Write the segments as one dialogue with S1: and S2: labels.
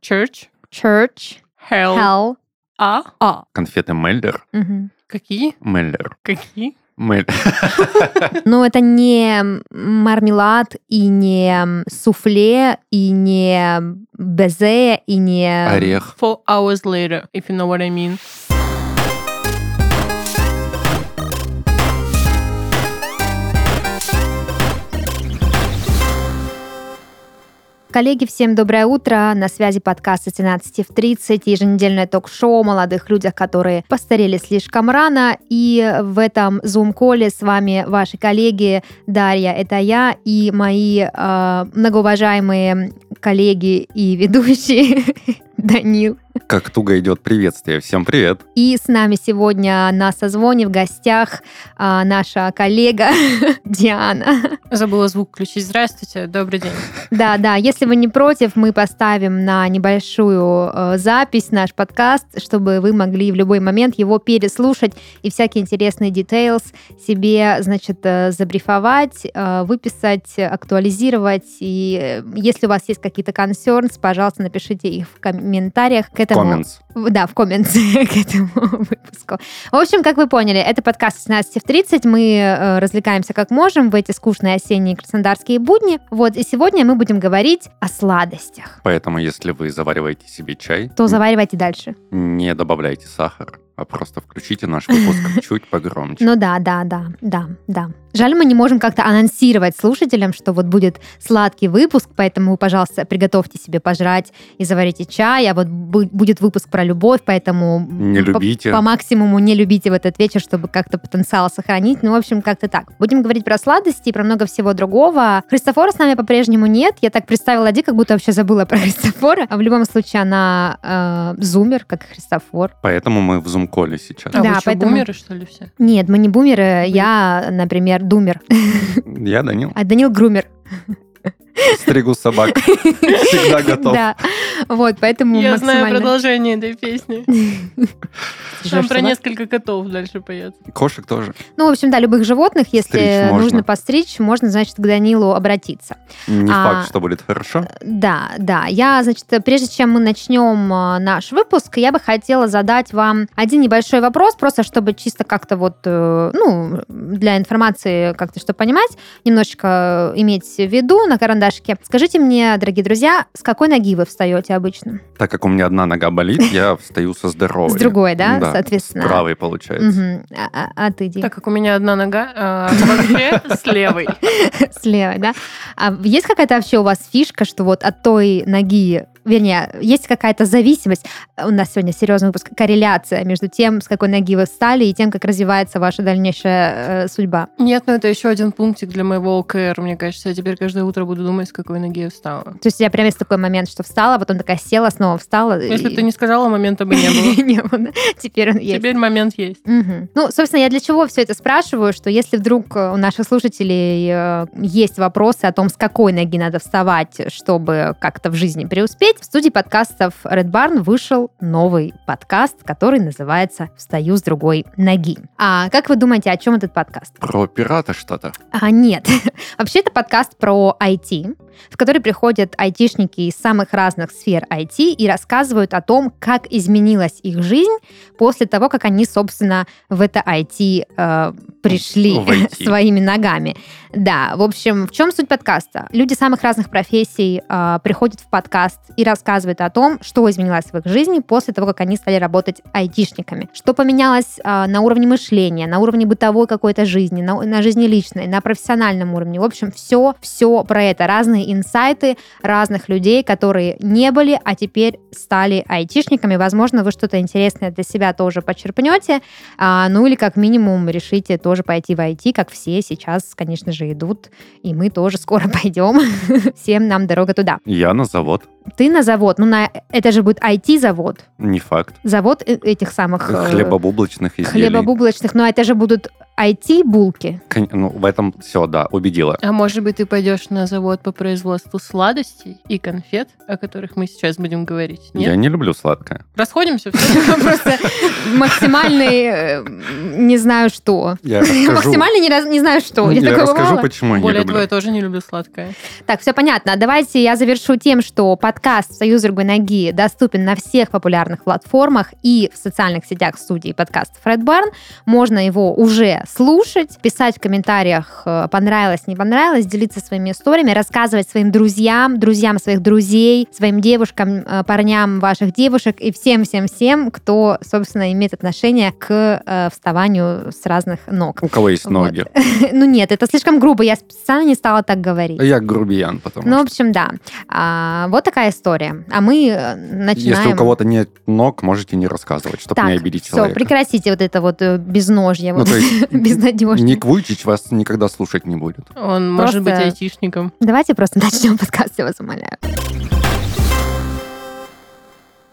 S1: Church,
S2: Church,
S1: Hell,
S2: Hell,
S1: А.
S2: A.
S3: Конфеты Мельдер.
S2: Мгм.
S1: Какие?
S3: Мельдер.
S1: Какие?
S3: Мель-
S2: Эм. Но Ну, это не мармелад и не суфле и не безе и не...
S3: Орех.
S1: Four hours later, if you know what I mean.
S2: Коллеги, всем доброе утро. На связи подкаст с 17 в 30, еженедельное ток-шоу о молодых людях, которые постарели слишком рано. И в этом зум-коле с вами ваши коллеги Дарья, это я, и мои э, многоуважаемые коллеги и ведущие Данил.
S3: Как туго идет приветствие. Всем привет.
S2: И с нами сегодня на созвоне в гостях а, наша коллега Диана.
S1: Забыла звук включить. Здравствуйте, добрый день.
S2: Да, да, если вы не против, мы поставим на небольшую э, запись наш подкаст, чтобы вы могли в любой момент его переслушать и всякие интересные details себе, значит, э, забрифовать, э, выписать, э, актуализировать. И э, если у вас есть какие-то concerns, пожалуйста, напишите их в комментариях к этому
S3: Комментс.
S2: в- Да, в коммент к этому выпуску. В общем, как вы поняли, это подкаст 16 в 30. Мы э, развлекаемся как можем в эти скучные осенние краснодарские будни. Вот, и сегодня мы будем говорить о сладостях.
S3: Поэтому, если вы завариваете себе чай,
S2: То заваривайте дальше.
S3: не добавляйте сахар, а просто включите наш выпуск чуть погромче.
S2: Ну да, да, да, да, да. Жаль, мы не можем как-то анонсировать слушателям, что вот будет сладкий выпуск, поэтому, пожалуйста, приготовьте себе пожрать и заварите чай, а вот бу- будет выпуск про любовь, поэтому...
S3: Не
S2: по-
S3: любите.
S2: по максимуму не любите в этот вечер, чтобы как-то потенциал сохранить. Ну, в общем, как-то так. Будем говорить про сладости и про много всего другого. Христофора с нами по-прежнему нет. Я так представила Ди, как будто вообще забыла про Христофора. А в любом случае она э, зумер, как и Христофор.
S3: Поэтому мы в зум-коле сейчас.
S1: А
S2: Да,
S1: вы что,
S2: поэтому-
S1: бумеры, что ли, все?
S2: Нет, мы не бумеры. Я, например, думер.
S3: Я, Данил,
S2: А Данил грумер.
S3: стригу собак. Всегда готов.
S2: Да. Вот, поэтому
S1: Я знаю
S2: максимально...
S1: продолжение этой песни. Там
S2: Стрижёшь
S1: про
S2: собак?
S1: несколько котов дальше поет.
S3: Кошек тоже.
S2: Ну, в общем, да, любых животных, если
S3: Стричь можно.
S2: нужно постричь, можно, значит, к Данилу обратиться.
S3: Не
S2: А.
S3: факт, что будет хорошо.
S2: Да, да. Я, значит, прежде чем мы начнем э, наш выпуск, я бы хотела задать вам один небольшой вопрос, просто чтобы чисто как-то вот, э, ну, для информации как-то что понимать, немножечко иметь в виду на карандашке. Скажите мне, дорогие друзья, с какой ноги вы встаете обычно?
S3: Так как у меня одна нога болит, я встаю со здоровой.
S2: С другой, да, соответственно?
S3: С правой, получается.
S2: Мгм. А, а- а ты, Ди?
S1: Так как у меня одна нога а, вообще с левой.
S2: Слева, да? А есть какая-то вообще у вас фишка, что вот от той ноги, вернее, есть какая-то зависимость, у нас сегодня серьезный выпуск, корреляция между тем, с какой ноги вы встали, и тем, как развивается ваша дальнейшая э, судьба.
S1: Нет, ну это еще один пунктик для моего ОКР. Мне кажется, я теперь каждое утро буду думать, с какой ноги я встала.
S2: То есть у тебя прям есть такой момент, что встала, а потом такая села, снова встала.
S1: Если
S2: и-
S1: бы ты не сказала, момента бы не было.
S2: Не было, да? Теперь он есть.
S1: Теперь момент есть.
S2: Мгм. Ну, собственно, я для чего все это спрашиваю, что если вдруг э, у наших слушателей э, есть вопросы о том, с какой ноги надо вставать, чтобы как-то в жизни преуспеть, в студии подкастов Red Barn вышел новый подкаст, который называется «Встаю с другой ноги». А как вы думаете, о чем этот подкаст?
S3: Про пирата что-то.
S2: А, нет. Вообще, это подкаст про IT, в который приходят айтишники из самых разных сфер IT и рассказывают о том, как изменилась их жизнь после того, как они, собственно, в это IT э, пришли
S3: В IT.
S2: своими ногами. Да, в общем, в чем суть подкаста? Люди самых разных профессий э, приходят в подкаст и рассказывают о том, что изменилось в их жизни после того, как они стали работать айтишниками. Что поменялось э, на уровне мышления, на уровне бытовой какой-то жизни, на, на жизни личной, на профессиональном уровне. В общем, все, все про это. Разные инсайты разных людей, которые не были, а теперь стали айтишниками. Возможно, вы что-то интересное для себя тоже почерпнете. А, ну или как минимум решите тоже пойти в IT, как все сейчас, конечно же, идут, и мы тоже скоро пойдем. Всем нам дорога туда.
S3: Я на завод.
S2: Ты на завод, ну на это же будет IT-завод,
S3: Не факт.
S2: завод э- этих самых э,
S3: Хлебобублочных изделий.
S2: хлебобулочных, но это же будут IT-булки.
S3: Кон- Ну, в этом все, да, убедила.
S1: А может быть, ты пойдешь на завод по производству сладостей и конфет, о которых мы сейчас будем говорить? Нет?
S3: Я не люблю сладкое.
S1: Расходимся? всё?
S2: Просто максимальный, э, не знаю что.
S3: Я расскажу.
S2: Максимально не, раз- не знаю что. Или
S3: Я
S2: такое
S3: Ну, расскажу,
S2: бывало?
S3: почему я не
S1: Более
S3: люблю.
S1: того, я тоже не люблю сладкое.
S2: Так, все понятно. Давайте я А завершу тем, что Подкаст «Союз другой ноги» доступен на всех популярных платформах и в социальных сетях студии подкаст «Фред Барн». Можно его уже слушать, писать в комментариях, э, понравилось, не понравилось, делиться своими историями, рассказывать своим друзьям, друзьям своих друзей, своим девушкам, э, парням ваших девушек и всем-всем-всем, кто, собственно, имеет отношение к э, вставанию с разных ног.
S3: У кого есть
S2: Вот.
S3: ноги.
S2: Ну нет, это слишком грубо, я специально не стала так говорить.
S3: А Я грубиян, потому
S2: Ну, в
S3: что
S2: общем, да. А, вот такая история. А мы э, начинаем...
S3: если у кого-то нет ног, можете не рассказывать, чтобы
S2: Так,
S3: не обидеть
S2: Все,
S3: человека.
S2: прекратите вот это вот э, безножье,
S3: Ну,
S2: вот,
S3: то есть
S2: безнадежное.
S3: Ник Вуйчич вас никогда слушать не будет.
S1: Он
S2: Просто-
S1: может быть айтишником.
S2: Давайте просто начнем подкаст, я вас умоляю.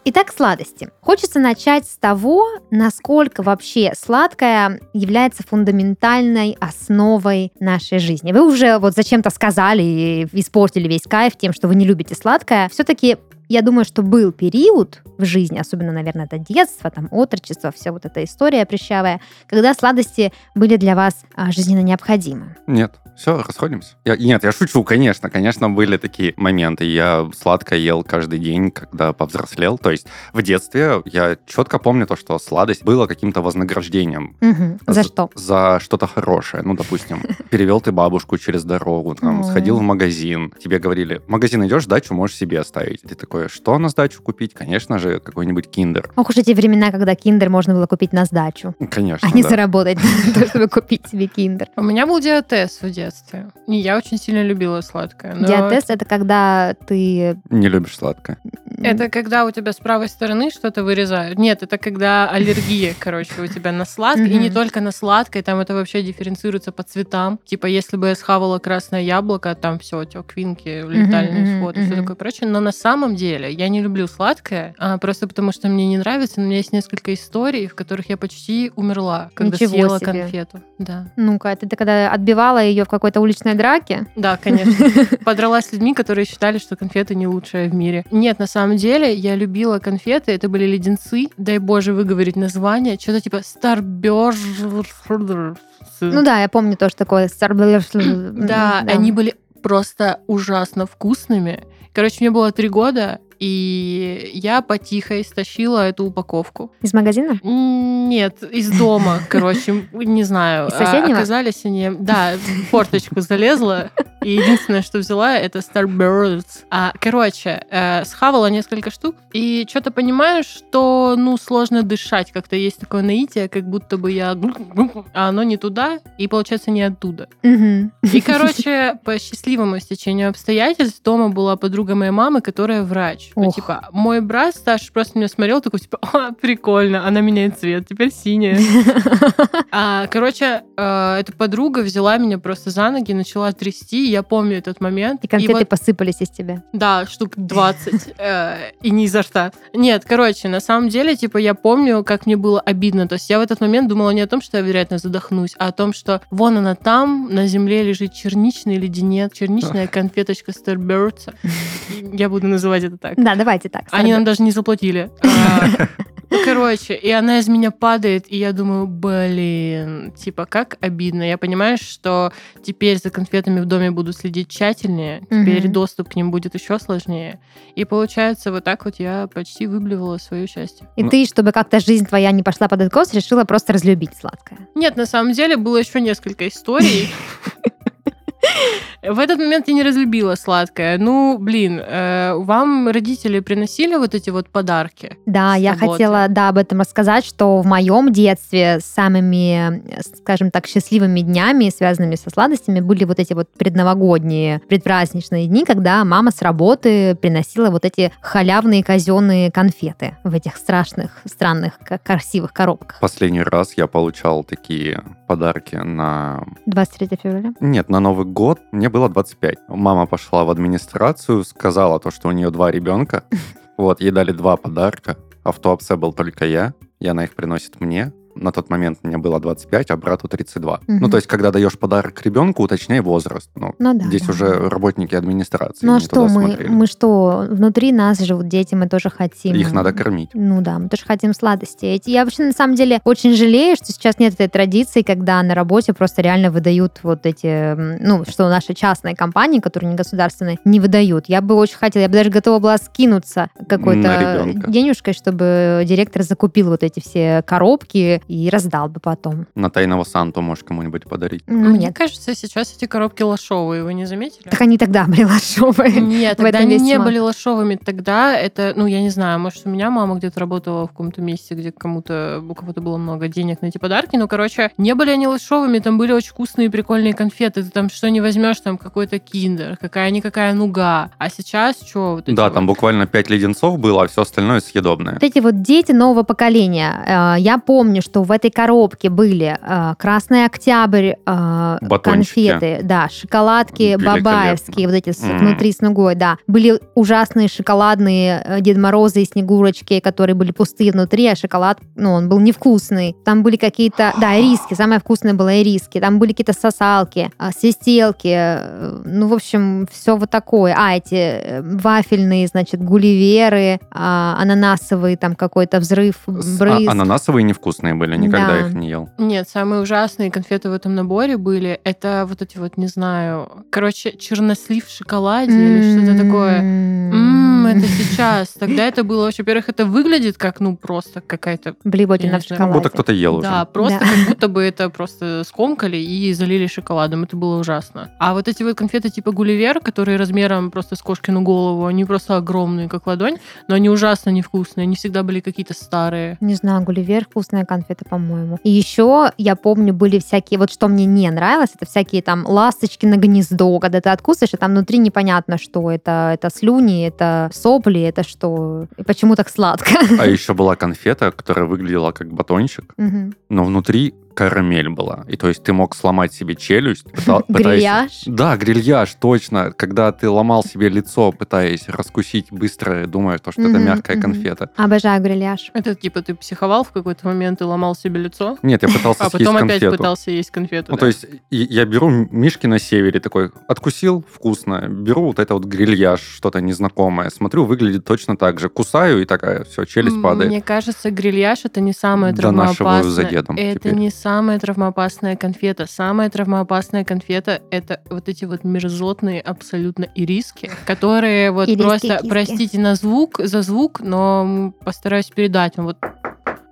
S2: Итак, сладости. Хочется начать с того, насколько вообще сладкое является фундаментальной основой нашей жизни. Вы уже вот зачем-то сказали и испортили весь кайф тем, что вы не любите сладкое. Все-таки я думаю, что был период в жизни, особенно, наверное, это детство, там, отрочество, вся вот эта история прищавая, когда сладости были для вас а, жизненно необходимы.
S3: Нет. Все, расходимся. Я- нет, я шучу, конечно. Конечно, были такие моменты. Я сладко ел каждый день, когда повзрослел. То есть в детстве я четко помню то, что сладость была каким-то вознаграждением.
S2: Мгм. За что?
S3: За что-то хорошее. Ну, допустим, перевел ты бабушку через дорогу, там,
S2: О.
S3: сходил в магазин. Тебе говорили, в магазин идешь, дачу можешь себе оставить. Ты такой, что на сдачу купить? Конечно же, какой-нибудь киндер.
S2: Ох уж эти времена, когда киндер можно было купить на сдачу,
S3: Конечно,
S2: а не
S3: да.
S2: заработать на то, чтобы купить себе киндер.
S1: У меня был диатез в детстве. И я очень сильно любила сладкое. но
S2: Диатез — это когда ты...
S3: Не любишь сладкое.
S1: Это когда у тебя с правой стороны что-то вырезают. Нет, это когда аллергия, короче, у тебя на сладкое. И не
S2: Мгм.
S1: только на сладкое, там это вообще дифференцируется по цветам. Типа, если бы я схавала красное яблоко, там все, отек винки,
S2: мгм,
S1: летальный исход и все
S2: мгм.
S1: такое прочее. Но на самом деле я не люблю сладкое, а просто потому что мне не нравится. Но у меня есть несколько историй, в которых я почти умерла, когда
S2: Ничего
S1: съела
S2: себе.
S1: конфету. Да.
S2: Ну-ка, это ты когда отбивала ее в какой-то уличной драке?
S1: Да, конечно. Подралась с людьми, которые считали, что конфеты не лучшие в мире. Нет, на самом деле, я любила конфеты. Это были леденцы. Дай боже выговорить название. Что-то типа Starbur...
S2: Ну да, я помню тоже такое. э,
S1: Да,
S2: Да,
S1: они были просто ужасно вкусными. Короче, мне было три года, и я потихо истощила эту упаковку.
S2: Из магазина?
S1: М, Нет, из дома, короче, не знаю.
S2: Из
S1: А,
S2: соседнего?
S1: Оказались они... Да, в форточку залезла, и единственное, что взяла, это Starbirds. А, короче, э, схавала несколько штук, и что-то понимаешь, что, ну, сложно дышать, как-то есть такое наитие, как будто бы я... А оно не туда, и, получается, не оттуда.
S2: Мгм.
S1: И, короче, по счастливому стечению обстоятельств дома была подруга моей мамы, которая врач. Ну,
S2: Ох.
S1: типа, мой брат старший просто меня смотрел, такой, типа, «А, прикольно, она меняет цвет, теперь синяя. А, короче, э, эта подруга взяла меня просто за ноги, начала трясти, и я помню этот момент.
S2: И конфеты
S1: вот,
S2: посыпались из тебя.
S1: да, штук 20, э, и не изо рта. Нет, короче, на самом деле, типа, я помню, как мне было обидно. То есть я в этот момент думала не о том, что я, вероятно, задохнусь, а о том, что вон она там, на земле лежит черничный леденец, черничная конфеточка Стерберца. Я буду называть это так.
S2: Да, давайте так.
S1: Они нам
S2: сразу.
S1: даже не заплатили. А, Короче, и она из меня падает, и я думаю, блин, типа, как обидно. Я понимаю, что теперь за конфетами в доме буду следить тщательнее, теперь
S2: Мгм.
S1: доступ к ним будет еще сложнее. И получается, вот так вот я почти выблевала свое счастье.
S2: И ты, чтобы как-то жизнь твоя не пошла под откос, решила просто разлюбить сладкое.
S1: Нет, на самом деле было еще несколько историй. В этот момент я не разлюбила сладкое. Ну, блин, э, вам родители приносили вот эти вот подарки?
S2: Да, я
S1: Суббота.
S2: хотела да, об этом рассказать, что в моем детстве самыми, э, скажем так, счастливыми днями, связанными со сладостями, были вот эти вот предновогодние, предпраздничные дни, когда мама с работы приносила вот эти халявные казенные конфеты в этих страшных, странных, к- красивых коробках.
S3: Последний раз я получал такие подарки на
S2: 23 февраля.
S3: Нет, на Новый год мне было 25. Мама пошла в администрацию, сказала то, что у нее два ребенка. Вот, ей дали два подарка. А в Туапсе был только я, и она их приносит мне. на тот момент мне было 25, а брату 32.
S2: Мгм.
S3: Ну, то есть, когда даешь подарок ребенку, уточняй возраст. Ну,
S2: Ну да,
S3: здесь
S2: да.
S3: уже работники администрации
S2: Ну а
S3: не
S2: что
S3: туда
S2: мы,
S3: смотрели.
S2: мы что, внутри нас живут дети, мы тоже хотим.
S3: Их надо кормить.
S2: Ну да, мы тоже хотим сладостей. Эти- Я вообще на самом деле очень жалею, что сейчас нет этой традиции, когда на работе просто реально выдают вот эти, м, ну, что наши частные компании, которые не государственные, не выдают. Я бы очень хотела, я бы даже готова была скинуться
S3: На
S2: какой-то
S3: ребенка.
S2: денежкой, чтобы директор закупил вот эти все коробки и раздал бы потом. Ну,
S3: На тайного Санту можешь кому-нибудь подарить.
S1: Мне
S2: Нет.
S1: кажется, сейчас эти коробки лошовые, вы не заметили?
S2: Так они тогда были лошовые.
S1: Нет,
S2: В
S1: тогда
S2: этом
S1: они
S2: есть
S1: не
S2: мат.
S1: были лошовыми. Тогда это, ну, я не знаю, может, у меня мама где-то работала в каком-то месте, где кому-то, у кого-то было много денег на эти подарки. Ну, короче, не были они лошовыми, там были очень вкусные и прикольные конфеты. Ты там что не возьмешь, там какой-то киндер, какая-никакая нуга. А сейчас что? Вот эти
S3: Да,
S1: вот?
S3: там буквально 5 леденцов было, а все остальное съедобное.
S2: Вот эти вот дети нового поколения. Э, Я помню, что в этой коробке были э, Красный Октябрь, э,
S3: Батончики.
S2: конфеты, да, шоколадки
S3: Великолепно.
S2: бабаевские, вот эти с-
S3: М.
S2: внутри с нугой, да. Были ужасные шоколадные э, Дед Морозы и Снегурочки, которые были пустые внутри, а шоколад, ну, он был невкусный. Там были какие-то, да, ириски, самое вкусное было ириски. Там были какие-то сосалки, э, свистелки, э, ну, в общем, все вот такое. А, эти э, вафельные, значит, гулливеры, а, ананасовые, там какой-то взрыв,
S3: С-
S2: брызг.
S3: а- ананасовые невкусные были, никогда
S2: Да.
S3: их не ел.
S1: Нет, самые ужасные конфеты в этом наборе были. Это вот эти вот, не знаю, короче, чернослив в шоколаде или что-то такое. Ммм, это сейчас. Тогда это было вообще, во-первых, это выглядит как, ну, просто какая-то... Я
S2: Блевотина
S1: не
S2: в
S1: знаю.
S2: шоколаде.
S3: Будто кто-то ел
S1: Да,
S3: уже.
S1: просто
S2: Да.
S1: как будто бы это просто скомкали и залили шоколадом. Это было ужасно. А вот эти вот конфеты типа Гулливер, которые размером просто с кошкину голову, они просто огромные, как ладонь, но они ужасно невкусные. Они всегда были какие-то старые.
S2: Не знаю, Гулливер вкусная конфета, по-моему. И еще, я помню, были всякие, вот что мне не нравилось, это всякие там ласточки на гнездо, когда ты откусаешь, и там внутри непонятно, что это. Это слюни, это сопли, это что. И почему так сладко?
S3: А еще была конфета, которая выглядела как батончик,
S2: Мгм.
S3: но внутри карамель была. И то есть ты мог сломать себе челюсть, пыта- пытаясь
S2: Грильяж.
S3: Да, грильяж, точно. Когда ты ломал себе лицо, пытаясь раскусить быстро, думая, то, что это
S2: Мгм,
S3: мягкая
S2: мгм.
S3: конфета.
S2: Обожаю грильяж.
S1: Это типа ты психовал в какой-то момент и ломал себе лицо,
S3: Нет, я пытался
S1: а
S3: съесть
S1: потом опять
S3: конфету.
S1: пытался есть конфету.
S3: Ну,
S1: да.
S3: то есть, и- я беру мишки на севере, такой, откусил, вкусно, беру вот это вот грильяж, что-то незнакомое, смотрю, выглядит точно так же, кусаю, и такая, все, челюсть
S1: М,
S3: падает.
S1: Мне кажется, грильяж это не самая
S3: Да нашего
S1: травмоопасная.
S3: за дедом
S1: это
S3: теперь.
S1: не самая травмоопасная конфета. Самая травмоопасная конфета это вот эти вот мерзотные абсолютно ириски, которые вот
S2: Ириски,
S1: просто,
S2: киски.
S1: простите на звук, за звук, но м, постараюсь передать вам вот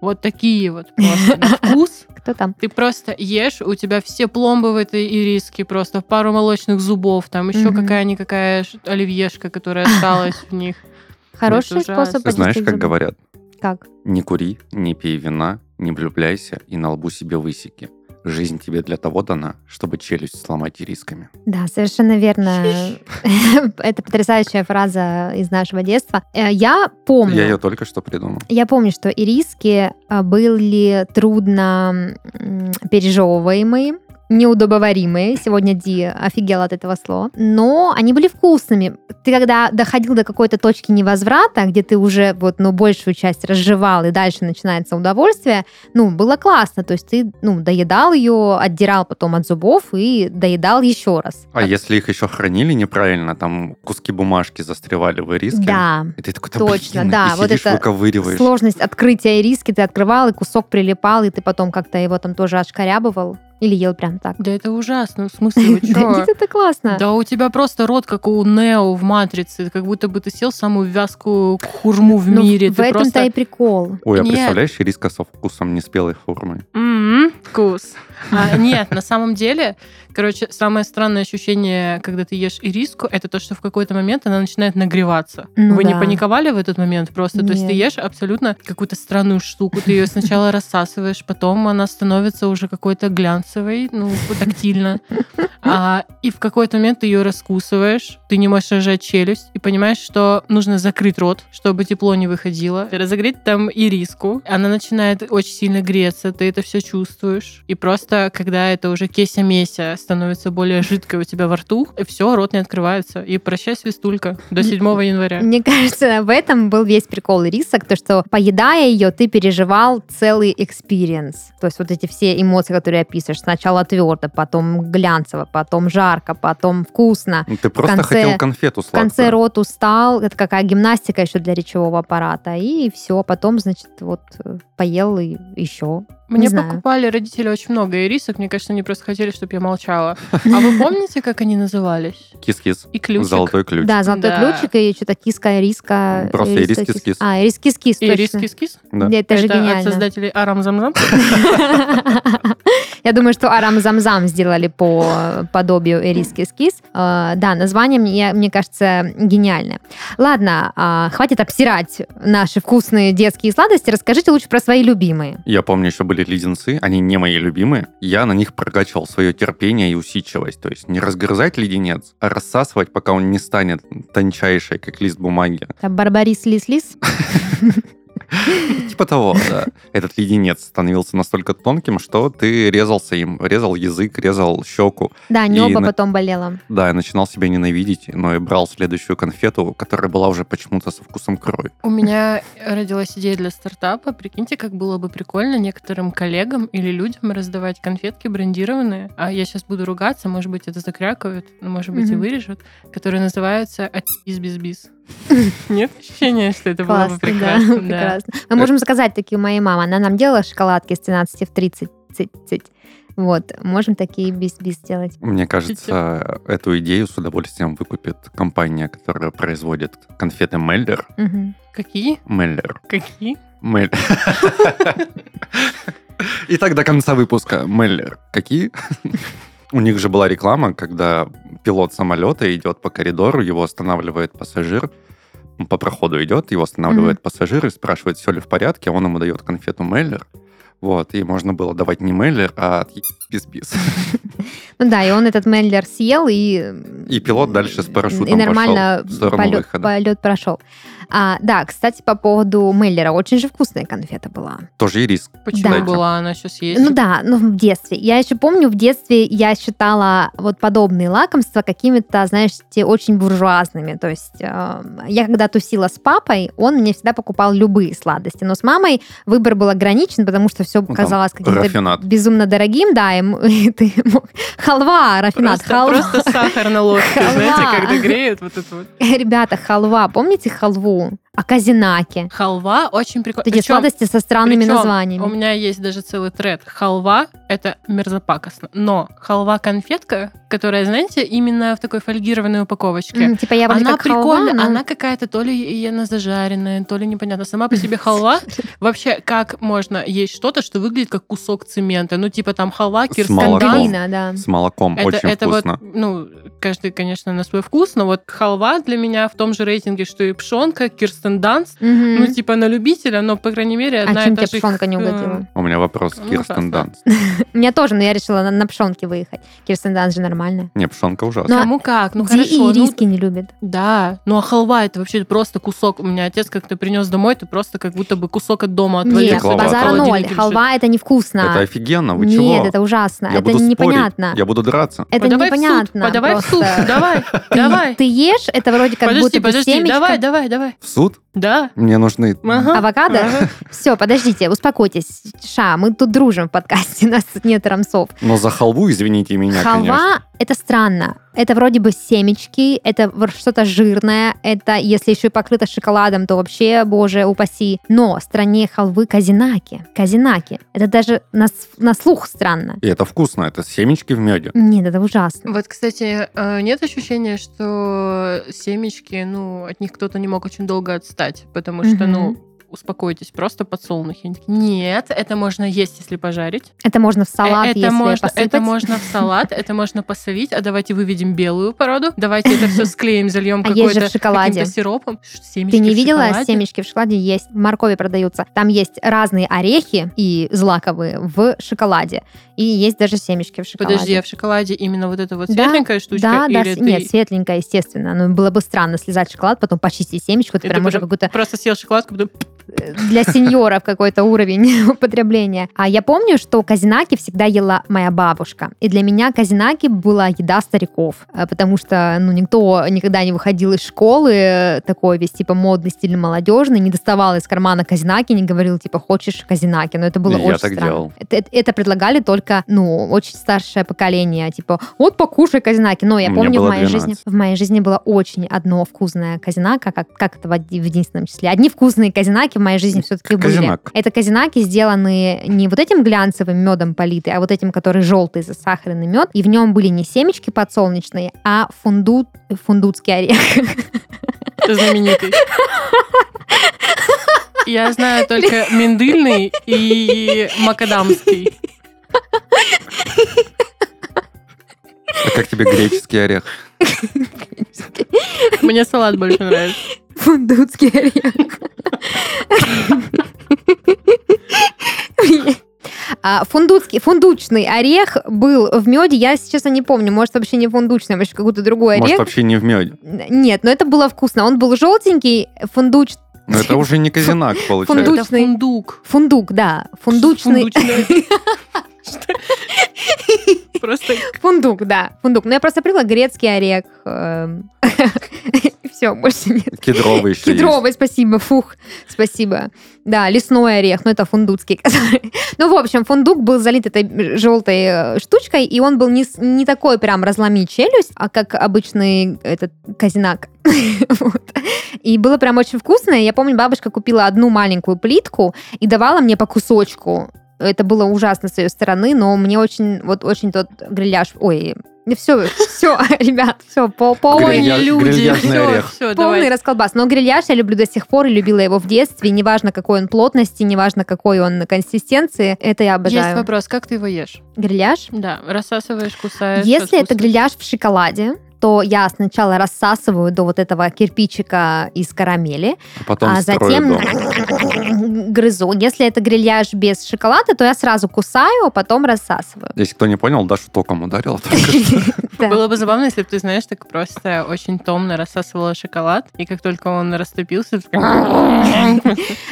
S1: вот такие вот просто на вкус.
S2: Кто там?
S1: Ты просто ешь, у тебя все пломбы в этой ириске, просто пару молочных зубов, там еще
S2: Мгм.
S1: какая-никакая ш- оливьешка, которая осталась в них.
S2: Хороший
S1: ужасно.
S2: способ
S3: Ты знаешь,
S2: почистить
S3: как
S2: зубы.
S3: говорят,
S2: Как?
S3: не кури, не пей вина, не влюбляйся и на лбу себе высеки. Жизнь тебе для того дана, чтобы челюсть сломать рисками.
S2: Да, совершенно верно. Это потрясающая фраза из нашего детства. Э, Я помню.
S3: Я ее только что придумал.
S2: Я помню, что ириски а, были трудно м, пережевываемые, неудобоваримые. Сегодня Ди офигела от этого слова. Но они были вкусными. Ты когда доходил до какой-то точки невозврата, где ты уже вот, ну, большую часть разжевал, и дальше начинается удовольствие, ну, было классно. То есть ты, ну, доедал ее, отдирал потом от зубов и доедал еще раз.
S3: А если их еще хранили неправильно, там куски бумажки застревали в ириске.
S2: Да.
S3: И ты такой, «Да
S2: Точно,
S3: блин»,
S2: да,
S3: и
S2: вот
S3: сидишь,
S2: это
S3: выковыриваешь.
S2: Сложность открытия ириски ты открывал, и кусок прилипал, и ты потом как-то его там тоже отшкарябывал. Или ел прям так.
S1: Да это ужасно, в смысле, вы
S2: Да,
S1: чё?
S2: нет, это классно.
S1: Да у тебя просто рот, как у Нео в «Матрице», как будто бы ты сел в самую вязкую хурму в
S2: Ну,
S1: мире.
S2: В
S1: ты
S2: этом-то
S1: просто...
S2: и прикол.
S3: Ой, а
S1: Нет.
S3: представляешь, ириска со вкусом неспелой формы.
S1: М, «М-м, вкус. А, нет, на самом деле, короче, самое странное ощущение, когда ты ешь ириску, это то, что в какой-то момент она начинает нагреваться.
S2: Ну
S1: Вы не
S2: да.
S1: паниковали в этот момент просто? То есть ты
S2: Нет.
S1: ешь абсолютно какую-то странную штуку, ты ее сначала рассасываешь, потом она становится уже какой-то глянцевой, ну, тактильно. А, и в какой-то момент ты ее раскусываешь, ты не можешь разжать челюсть и понимаешь, что нужно закрыть рот, чтобы тепло не выходило, разогреть там ириску. Она начинает очень сильно греться, ты это все чувствуешь. И просто, когда это уже кеся-меся становится более жидкой у тебя во рту, и все, рот не открывается. И прощай, свистулька, до 7 января.
S2: Мне кажется, в этом был весь прикол рисок, то, что поедая ее, ты переживал целый экспириенс. То есть вот эти все эмоции, которые описываешь, сначала твердо, потом глянцево, потом жарко, потом вкусно.
S3: Ну, Ты просто
S2: конце-
S3: хотел конфету
S2: В конце
S3: сладкую.
S2: рот устал, это какая гимнастика еще для речевого аппарата, и все, потом, значит, вот э, поел и еще.
S1: Мне
S2: знаю.
S1: покупали родители очень много ирисок. Мне кажется, они просто хотели, чтобы я молчала. А вы помните, как они назывались?
S3: Кис-кис.
S1: И ключик.
S3: Золотой ключ.
S2: Да, золотой
S1: Да.
S2: ключик и что-то киска, риска.
S3: Просто
S2: э,
S3: и
S2: риска,
S3: рис-кис-кис.
S2: кис- А, и рис-кис-кис,
S1: И
S2: точно.
S1: рис-кис-кис.
S3: Да.
S2: Это, же
S1: от
S2: гениально.
S1: создателей Арам Замзам.
S2: Я думаю, что Арам Замзам сделали по подобию Эриски Скис. Э, Да, название, мне, мне кажется, гениальное. Ладно, а, хватит обсирать наши вкусные детские сладости. Расскажите лучше про свои любимые.
S3: Я помню, еще были леденцы, они не мои любимые. Я на них прокачивал свое терпение и усидчивость. То есть не разгрызать леденец, а рассасывать, пока он не станет тончайший, как лист бумаги.
S2: Там Барбарис Лис Лис.
S3: Типа того, да. Этот леденец становился настолько тонким, что ты резался им. Резал язык, резал щеку.
S2: Да,
S3: И
S2: небо
S3: на-
S2: потом болело.
S3: Да, я начинал себя ненавидеть, но и брал следующую конфету, которая была уже почему-то со вкусом крови.
S1: У меня родилась идея для стартапа. Прикиньте, как было бы прикольно некоторым коллегам или людям раздавать конфетки брендированные. А я сейчас буду ругаться, может быть, это закрякают, ну, может быть, и
S2: Мгм.
S1: вырежут, которые называются из без без Нет ощущения, что это было бы
S2: Классно, да,
S1: прекрасно. да.
S2: прекрасно. Мы можем заказать такие у моей мамы. Она нам делала шоколадки с 13 в 30. цить, цить. Вот, можем такие бис-бис сделать.
S3: Мне кажется, эту идею с удовольствием выкупит компания, которая производит конфеты Меллер.
S2: Мгм.
S1: Какие?
S3: Меллер.
S1: Какие?
S3: Мель. Итак, до конца выпуска. Меллер. Какие? У них же была реклама, когда пилот самолета идет по коридору, его останавливает пассажир, Он по проходу идет, его останавливает пассажир и спрашивает, все ли в порядке, а он ему дает конфету Меллер. Вот, и можно было давать не Меллер, а пис-пис.
S2: Ну да, и он этот Меллер съел, и...
S3: И пилот дальше с парашютом
S2: И нормально
S3: пошел в сторону
S2: полет,
S3: выхода.
S2: полет прошел. А, да, кстати, по поводу Меллера. Очень же вкусная конфета была.
S3: Тоже и риск.
S1: Почему
S2: Да.
S1: была она сейчас есть?
S2: Ну да, ну в детстве. Я еще помню, в детстве я считала вот подобные лакомства какими-то, знаешь, те очень буржуазными. То есть э, я когда тусила с папой, он мне всегда покупал любые сладости. Но с мамой выбор был ограничен, потому что все
S1: Ну,
S3: там
S2: казалось каким-то
S3: рафинад.
S2: безумно дорогим. Да, и, м- и ты мог... Халва, рафинад,
S1: Просто,
S2: халва.
S1: просто сахар на ложке,
S2: Халва.
S1: знаете, когда греет вот это вот.
S2: Ребята, халва, помните халву? Аказинаки.
S1: Халва очень
S2: Вот
S1: прикольно.
S2: эти сладости со странными
S1: Причем У
S2: названиями.
S1: меня есть даже целый тред. Халва — это мерзопакостно. Но халва-конфетка, которая, знаете, именно в такой фольгированной упаковочке,
S2: М, Типа я вроде
S1: она
S2: как халва,
S1: прикольная,
S2: но-
S1: она какая-то то ли она зажаренная, то ли непонятно. Сама по себе халва. Вообще, как можно есть что-то, что выглядит как кусок цемента? Ну, типа там халва, кирскандал.
S3: молоком.
S2: Мандарина, да.
S3: С молоком.
S1: Это,
S3: Очень
S1: это вот,
S3: вкусно.
S1: ну, каждый, конечно, на свой вкус, но вот халва для меня в том же рейтинге, что и пшенка, кирстен данс,
S2: Мгм.
S1: ну, типа на любителя, но, по крайней мере, одна
S2: а чем
S1: и та
S2: тебе
S1: же их,
S2: пшенка
S1: э,
S2: не угодила?
S3: У меня вопрос.
S1: Ну,
S3: Кирстен
S1: ужасно.
S3: Данст.
S2: У меня тоже, но я решила на, на пшенке выехать. Кирстен Данс же нормально.
S3: Не, пшенка ужасна.
S2: Ну, а
S1: Кому как, ну
S2: Ди
S1: хорошо.
S2: и
S1: ну,
S2: риски не любит.
S1: да, ну а халва это вообще просто кусок. У меня отец как-то принес домой, это просто как будто бы кусок от дома
S2: Нет,
S1: отвалился.
S3: Клава,
S2: базара
S3: Клава.
S2: ноль. Халва это
S3: Это
S2: невкусно.
S3: офигенно, вы чего?
S2: Нет, это ужасно.
S3: Я
S2: Это
S3: буду спорить,
S2: непонятно.
S3: Я буду драться.
S2: Это
S1: подавай В
S2: непонятно.
S1: суд, подавай в суд,
S2: просто.
S1: давай,
S2: Ты-
S1: давай.
S2: Ты ешь, это вроде как
S1: подожди,
S2: будто бы
S1: подожди,
S2: семечко.
S1: давай, давай, давай.
S3: В суд?
S1: Да.
S3: Мне нужны...
S2: А
S1: Ага.
S2: Авокадо?
S1: Ага.
S2: Все, подождите, успокойтесь. Ша, мы тут дружим в подкасте, у нас тут нет рамсов.
S3: Но за халву, извините меня,
S2: Халва
S3: конечно.
S2: это странно. Это вроде бы семечки, это в- что-то жирное, это если еще и покрыто шоколадом, то вообще, боже, упаси. Но страннее халвы казинаки. Казинаки. Это даже на, с- на слух странно.
S3: И это вкусно, это семечки в меде.
S2: Нет, это ужасно.
S1: Вот, кстати, э, нет ощущения, что семечки, ну, от них кто-то не мог очень долго отстать, потому что,
S2: Мгм.
S1: ну, успокойтесь, просто подсолнухи. Они такие, Нет, это можно есть, если пожарить.
S2: Это можно в салат,
S1: Э, это
S2: если
S1: можно,
S2: посыпать.
S1: это можно в салат, это можно посолить. А давайте выведем белую породу. Давайте это все склеим, зальем
S2: А есть же в
S1: какой-то
S2: шоколаде.
S1: каким-то сиропом. Ш- Семечки
S2: Ты не
S1: в
S2: видела?
S1: шоколаде?
S2: Семечки в шоколаде есть. В моркови продаются. Там есть разные орехи и злаковые в шоколаде. И есть даже семечки в шоколаде.
S1: Подожди, а в шоколаде именно вот эта вот
S2: Да,
S1: светленькая штучка?
S2: Да, да,
S1: Или
S2: с-
S1: ты
S2: нет, светленькая, естественно. Ну, было бы странно слезать шоколад, потом почистить семечку, ты
S1: И ты
S2: прям уже
S1: потом-
S2: какую-то...
S1: просто съел шоколадку, потом
S2: для сеньоров какой-то уровень употребления. А я помню, что казинаки всегда ела моя бабушка. И для меня казинаки была еда стариков, э, потому что ну, никто никогда не выходил из школы э, такой весь типа модный, стиль молодежный, не доставал из кармана казинаки, не говорил типа «хочешь казинаки?». Но это было
S3: Я
S2: очень
S3: так
S2: странно.
S3: делал.
S2: Это, это- это предлагали только, ну, очень старшее поколение, типа, вот покушай казинаки. Но я
S3: Мне
S2: помню, в
S3: было
S2: моей
S3: 12.
S2: жизни в моей жизни было очень одно вкусное казинака, как, как это в, оди- в единственном числе. Одни вкусные казинаки в моей жизни все-таки были.
S3: Казинак.
S2: Это казинаки сделаны не вот этим глянцевым медом политый, а вот этим, который желтый, засахаренный мед. И в нем были не семечки подсолнечные, а фундут, фундутский орех.
S1: Ты знаменитый. Я знаю только миндыльный и макадамский.
S3: А как тебе греческий орех?
S1: Мне салат больше нравится.
S2: Фундутский орех. А, Фундутский, фундучный орех был в меде. Я, если честно, не помню. Может, вообще не фундучный, а может, какой-то другой
S3: Может,
S2: орех.
S3: вообще не в меде.
S2: Нет, но это было вкусно. Он был желтенький, фундуч...
S3: Но это уже не казинак, получается.
S1: Это
S2: Фундучный.
S1: фундук.
S2: Фундук, да. Фундучный...
S1: Фундучный. Что? Просто
S2: Фундук, да. Фундук. Ну, я просто привыкла грецкий орех. Все, больше нет.
S3: Кедровый еще есть.
S2: Кедровый, спасибо, фух, спасибо. Да, лесной орех, ну это фундуцкий. который- Ну, в общем, фундук был залит этой желтой э, штучкой, и он был не, с- не такой прям разломи челюсть, а как обычный этот казинак. Вот. И было прям очень вкусно. И Я помню, бабушка купила одну маленькую плитку и давала мне по кусочку. Это было ужасно с ее стороны, но мне очень, вот очень тот гриляж, ой, все, все, ребят, все, по, по,
S3: Гриля-
S1: полные люди.
S3: грильяжный
S1: Все,
S3: орех.
S1: все,
S2: Полный
S1: давай.
S2: расколбас. Но грильяж я люблю до сих пор и любила его в детстве. Неважно, какой он плотности, неважно, какой он консистенции. Это я
S1: Есть
S2: обожаю.
S1: вопрос, как ты его ешь?
S2: Грильяж.
S1: Да, рассасываешь, кусаешь.
S2: Если это
S1: откусываешь.
S2: грильяж в шоколаде, то я сначала рассасываю до вот этого кирпичика из карамели,
S3: А Потом
S2: а
S3: строю
S2: затем
S3: дом.
S2: грызу. Если это грильяж без шоколада, то я сразу кусаю, а потом рассасываю.
S3: Если кто не понял, Дашу током ударила. только что.
S2: Да.
S1: Было бы забавно, если бы ты, знаешь, так просто очень томно рассасывала шоколад, и как только он раступился, ты такая-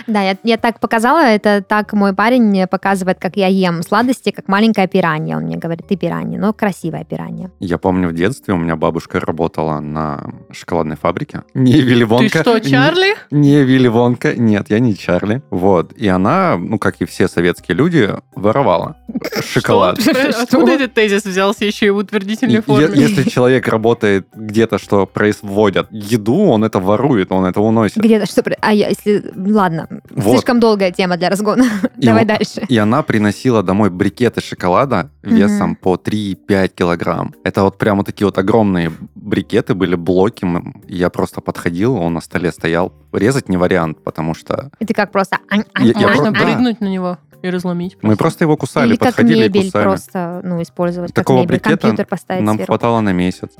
S2: Да, я, я так показала, это так мой парень показывает, как я ем сладости, как маленькая пиранья. Он мне говорит, ты пиранья, но красивая пиранья.
S3: Я помню в детстве у меня бабушка работала на шоколадной фабрике. Не Вилли
S1: Ты
S3: Вонка.
S1: что,
S3: не-
S1: Чарли?
S3: Не Вилли Вонка. Нет, я не Чарли. Вот. И она, ну, как и все советские люди, воровала шоколад.
S1: Что? Откуда
S2: Что?
S1: этот тезис взялся еще и в утвердительной
S3: Е- е-
S1: форме?
S3: Если человек работает где-то, что производят еду, он это ворует, он это уносит.
S2: Где-то что... про- А я, если... Ладно,
S3: Вот.
S2: слишком долгая тема для разгона.
S3: И
S2: Давай
S3: вот-
S2: дальше.
S3: И она приносила домой брикеты шоколада весом по 3-5 килограмм. Это вот прямо такие вот огромные брикеты были, блоки. М, Я просто подходил, он на столе стоял. Резать не вариант, потому что
S2: И ты как просто... ань, ань,
S3: Я- я
S2: ань,
S3: про-
S1: Можно
S2: ань.
S3: да.
S1: прыгнуть на него и разломить.
S3: мы просто его кусали,
S2: Или как
S3: подходили и
S2: мебель
S3: кусали.
S2: просто ну, использовать. Как
S3: Такого
S2: мебель.
S3: брикета
S2: Компьютер поставить
S3: Нам
S2: сверху.
S3: хватало на месяц.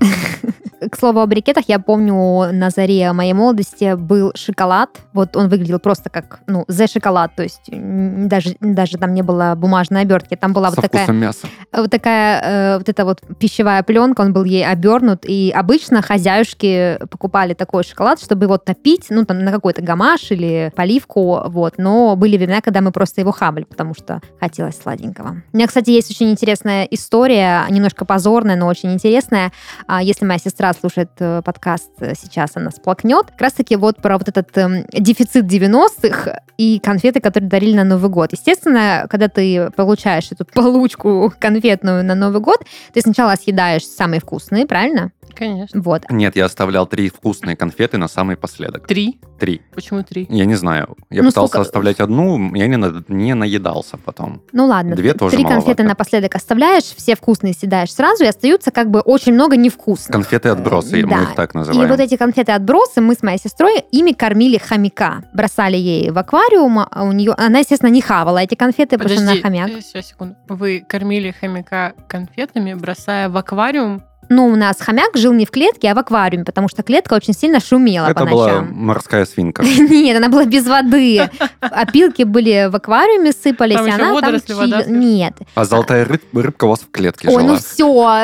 S2: К слову о брикетах, я помню, на заре моей молодости был шоколад. Вот он выглядел просто как, ну, за шоколад. То есть м, даже, даже там не было бумажной обертки. Там была
S3: Со
S2: вот такая
S3: вкусом мяса.
S2: вот такая э, вот эта вот пищевая пленка, он был ей обернут, и обычно хозяюшки покупали такой шоколад, чтобы его топить, ну, там, на какой-то гамаш или поливку, вот. Но были времена, когда мы просто его хавали, потому что хотелось сладенького. У меня, кстати, есть очень интересная история, немножко позорная, но очень интересная. А Если моя сестра слушает э, подкаст э, сейчас, она сплакнет. Как раз-таки вот про вот этот эм, дефицит 90-х и конфеты, которые дарили на Новый год. Естественно, когда ты получаешь эту получку конфетную на Новый год, ты сначала съедаешь самые вкусные, правильно?
S1: Конечно.
S2: Вот.
S3: Нет, я оставлял три вкусные конфеты на самый последок.
S1: Три?
S3: Три.
S1: Почему три?
S3: Я не знаю. Я
S2: Ну,
S3: пытался
S2: сколько-
S3: оставлять одну, я не, на- не наедался потом.
S2: Ну ладно,
S3: Две
S2: т-
S3: тоже
S2: три
S3: маловато.
S2: конфеты напоследок оставляешь, все вкусные съедаешь сразу, и остаются как бы очень много невкусных.
S3: Конфеты-отбросы,
S2: Э, да.
S3: мы их так
S2: И
S3: называем.
S2: вот эти конфеты-отбросы мы с моей сестрой ими кормили хомяка. Бросали ей в аквариум, а у нее... Она, естественно, не хавала эти конфеты,
S1: э,
S2: потому что она хомяк.
S1: сейчас, секунду. Вы кормили хомяка конфетами, бросая в аквариум
S2: но у нас хомяк жил не в клетке, а в аквариуме, потому что клетка очень сильно шумела
S3: Это
S2: по
S3: была
S2: ночам.
S3: морская свинка.
S2: Нет, она была без воды. Опилки были в аквариуме, сыпались,
S1: Там
S2: и
S1: еще
S2: она там
S1: водоросли, вода
S2: чили-
S1: вся.
S2: Нет.
S3: А золотая рыб- рыбка у вас в клетке
S2: Ой, ну
S3: жила.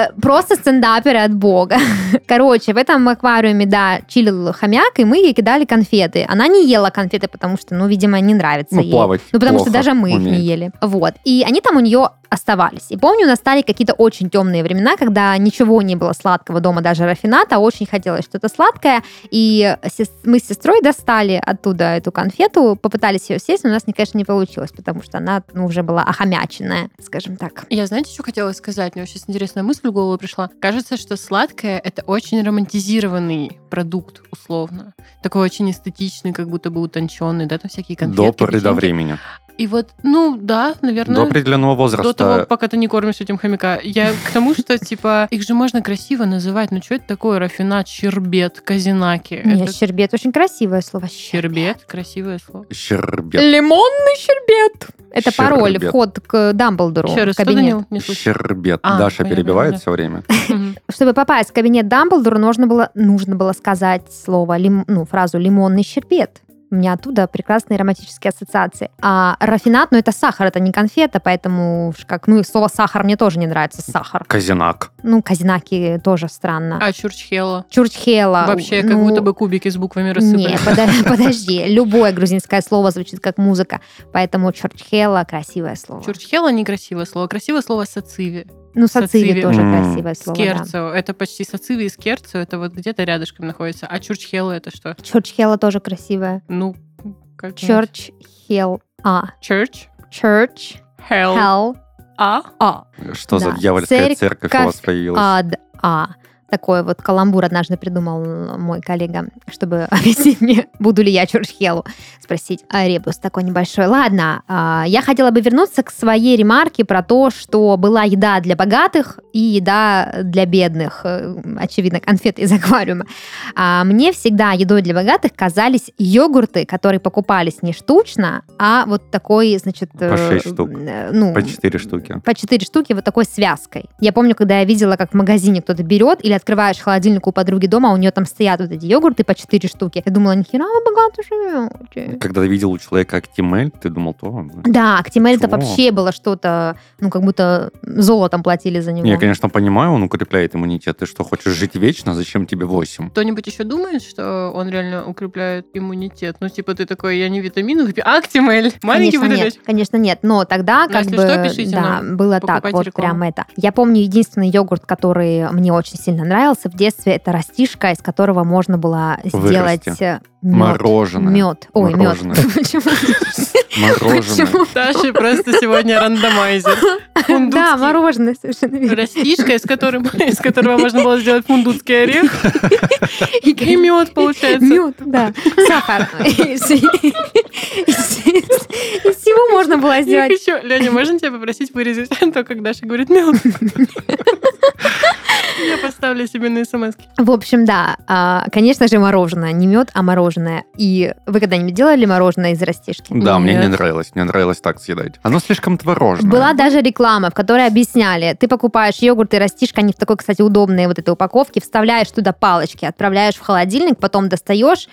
S2: все, просто стендаперы от бога. Короче, в этом аквариуме, да, чилил хомяк, и мы ей кидали конфеты. Она не ела конфеты, потому что, ну, видимо, не нравится
S3: Ну,
S2: ей.
S3: плавать
S2: Ну, потому что
S3: плохо
S2: даже мы их не
S3: умеет.
S2: ели. Вот. И они там у нее оставались. И помню, настали какие-то очень темные времена, когда ничего не было сладкого дома, даже рафината. Очень хотелось что-то сладкое. И сес- мы с сестрой достали оттуда эту конфету, попытались ее съесть, но у нас, не- конечно, не получилось, потому что она ну, уже была охомяченная, скажем так.
S1: Я, знаете, что хотела сказать? Мне сейчас интересная мысль в голову пришла. Кажется, что сладкое — это очень романтизированный продукт, условно. Такой очень эстетичный, как будто бы утонченный, да, там всякие конфетки.
S3: До поры до
S1: печеньки.
S3: времени.
S1: И вот, ну, да, наверное...
S3: До определенного
S1: До того,
S3: возраста.
S1: пока ты не кормишь этим хомяка. Я к тому, что, типа, их же можно красиво называть. Ну, что это такое? Рафинат, щербет, казинаки.
S2: Нет,
S1: Это
S2: щербет очень красивое слово.
S1: щербет, красивое слово.
S3: Щербет.
S2: Лимонный щербет. Это
S3: Щербет.
S2: пароль, вход к Дамблдору
S1: Еще раз,
S2: в
S1: что,
S2: кабинет.
S1: Данил? Не слышал.
S3: Щербет.
S1: А,
S3: Даша
S1: понятно,
S3: перебивает
S1: да.
S3: все время.
S1: Мгм.
S2: Чтобы попасть в кабинет Дамблдора, нужно было, нужно было сказать слово, лим- ну, фразу «лимонный щербет». У меня оттуда прекрасные романтические ассоциации. А рафинат, ну это сахар, это не конфета, поэтому уж как, ну и слово сахар мне тоже не нравится, сахар.
S3: Казинак.
S2: Ну, казинаки тоже странно.
S1: А чурчхела?
S2: Чурчхела.
S1: Вообще, как
S2: ну,
S1: будто бы кубики с буквами
S2: Не,
S1: рассыпали.
S2: подо- подожди, любое грузинское слово звучит как музыка, поэтому чурчхела красивое слово.
S1: Чурчхела некрасивое слово. Красивое слово сациви.
S2: Ну, сациви
S1: Сациви.
S2: тоже
S3: М.
S2: красивое слово. да.
S1: Скерцо. Это почти сациви и скерцо. Это вот где-то рядышком находится. А чурчхела это что?
S2: Чурчхела тоже красивое.
S1: Ну, как знать.
S2: Чурчхел. А.
S1: Church.
S2: Church.
S1: Hell.
S2: Hell.
S1: А?
S2: А.
S3: Что за
S2: Да.
S3: дьявольская
S2: Церковь
S3: церковь у вас появилась?
S2: Ад. А. Такой вот каламбур однажды придумал мой коллега, чтобы объяснить мне, буду ли я Чурчхелу спросить. А, ребус такой небольшой. Ладно, а, я хотела бы вернуться к своей ремарке про то, что была еда для богатых и еда для бедных. Э, Очевидно, конфеты из аквариума. А мне всегда едой для богатых казались йогурты, которые покупались не штучно, а вот такой, значит...
S3: По шесть штук.
S2: э, Ну,
S3: По четыре штуки.
S2: по четыре штуки вот такой связкой. Я помню, когда я видела, как в магазине кто-то берет или открываешь холодильник у подруги дома, а у нее там стоят вот эти йогурты по четыре штуки. Я думала, нихера вы богато живете.
S3: Когда ты видел у человека актимель, ты думал, то... ну,
S2: Да, актимель это
S3: Чего?
S2: вообще было что-то, ну, как будто золотом платили за него.
S3: Я, конечно, понимаю, он укрепляет иммунитет. Ты что, хочешь жить вечно? Зачем тебе 8?
S1: Кто-нибудь еще думает, что он реально укрепляет иммунитет? Ну, типа, ты такой, я не витамины, выпью. А, Актимель! Маленький
S2: конечно,
S1: выдавец.
S2: нет, конечно, нет. Но тогда
S1: Ну,
S2: как
S1: если
S2: бы
S1: что, пишите
S2: да,
S1: нам,
S2: было так,
S1: покупайте
S2: вот
S1: рекламу.
S2: прям это. Я помню единственный йогурт, который мне очень сильно нравился в детстве, это растишка, из которого можно было
S3: Вырасти.
S2: сделать э, мед.
S3: Мороженое.
S2: Мед. Ой, мед.
S3: Мороженое.
S2: Почему?
S3: Мороженое.
S2: Почему?
S1: Даша просто сегодня рандомайзер.
S2: Да,
S1: Фундуцкий.
S2: мороженое совершенно верно.
S1: Растишка, из, которым, из которого можно было сделать фундуцкий орех. И мед, получается.
S2: Мед, да. Сахар. Из из- из всего можно было
S1: Их
S2: сделать.
S1: еще. Леня, можно тебя попросить вырезать А то, как Даша говорит мед? Я поставлю себе на смс
S2: В общем, да, а, конечно же, мороженое. Не мед, а мороженое. И вы когда-нибудь делали мороженое из растишки?
S3: Да, мне не
S1: Нет.
S3: нравилось. Мне нравилось так съедать. Оно слишком творожное.
S2: Была даже реклама, в которой объясняли, ты покупаешь йогурт и растишка, они в такой, кстати, удобной вот этой упаковке, вставляешь туда палочки, отправляешь в холодильник, потом достаешь,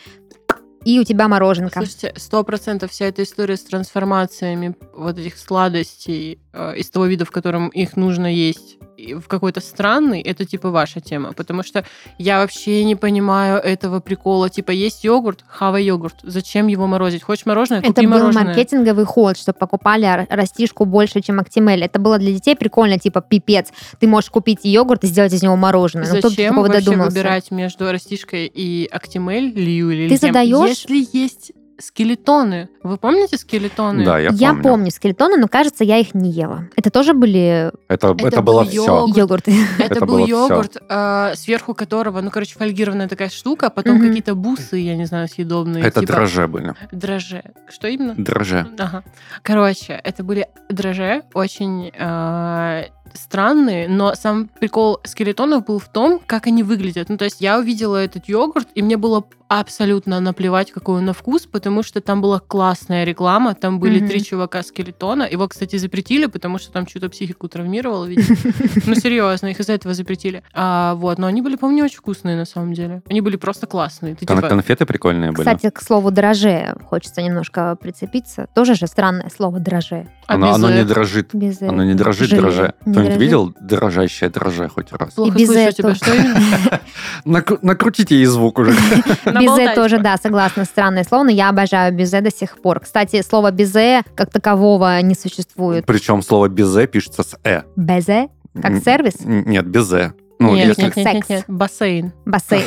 S2: и у тебя мороженка.
S1: Слушайте, сто процентов вся эта история с трансформациями вот этих сладостей э, из того вида, в котором их нужно есть, и в какой-то странный, это типа ваша тема. Потому что я вообще не понимаю этого прикола. Типа, есть йогурт, хавай йогурт. Зачем его морозить? Хочешь мороженое?
S2: Это
S1: Купи
S2: был
S1: мороженое.
S2: маркетинговый ход, что покупали р- растишку больше, чем Актимель. Это было для детей прикольно, типа пипец. Ты можешь купить йогурт и сделать из него мороженое. Ну, кто бы
S1: Зачем
S2: такого
S1: вообще
S2: додумался?
S1: выбирать между растишкой и актимель, лию или
S2: Ты
S1: льем?
S2: задаешь-
S1: Если есть скелетоны. Вы помните скелетоны?
S3: Да, я,
S2: Я помню. скелетоны, но кажется, я их не ела. Это тоже были
S3: Это, это,
S1: Это
S3: было
S1: был
S3: все.
S1: йог. Йогурт.
S2: йогурты.
S1: Это,
S3: Это было
S1: был
S3: всё.
S1: йогурт, э, сверху которого, ну, короче, фольгированная такая штука, а потом
S2: Мгм.
S1: какие-то бусы, я не знаю, съедобные.
S3: Это
S1: типа Ну,
S3: дрожжи были.
S1: дрожжи. Что именно?
S3: Дрожжи.
S1: Ага. Короче, это были дрожжи, очень э, странные, но сам прикол скелетонов был в том, как они выглядят. Ну, то есть я увидела этот йогурт, и мне было абсолютно наплевать, какой он на вкус, потому что там была классная реклама, там были
S2: Мгм.
S1: три чувака скелетона. Его, кстати, запретили, потому что там что-то психику травмировало, видимо. Ну, серьезно, их из-за этого запретили. А, вот, но они были, по мне, очень вкусные, на самом деле. Они были просто классные. Ты
S3: Кон-
S1: типа,
S3: Конфеты прикольные были.
S2: Кстати, к слову «дрожжее» хочется немножко прицепиться. Тоже же странное слово «дрожжее».
S1: а
S3: Оно, оно
S1: «Обезе».
S3: не дрожит.
S2: Без «э».
S3: Оно не дрожит,
S2: Желе.
S3: дроже.
S2: Не
S3: Кто-нибудь
S2: дрожит?
S3: видел дрожащее дроже хоть раз?
S1: Плохо
S2: без
S1: слышу
S2: этого.
S1: тебя, что именно?
S3: Накру- накрутите ей звук уже.
S2: Безе
S1: Наболтать.
S2: Э тоже, да, согласна, странное слово, но я обожаю безе до сих пор. Кстати, слово безе как такового не существует.
S3: Причем слово безе пишется с э.
S2: Безе, как
S3: М,
S2: сервис,
S3: н- Нет, безе. Ну,
S1: нет,
S3: если
S1: нет, нет, нет,
S2: Секс.
S1: нет, бассейн.
S2: бассейн.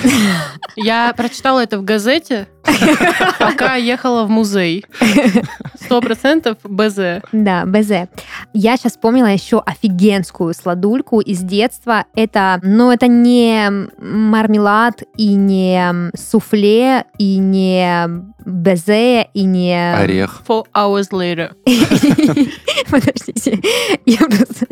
S1: Я прочитала это в газете, пока ехала в музей. Сто процентов БЗ.
S2: Да, безе. Я сейчас вспомнила еще офигенскую сладульку из детства. Это, ну, это не мармелад и не суфле, и не безе, и не...
S3: орех.
S1: Four hours later.
S2: Подождите, я просто...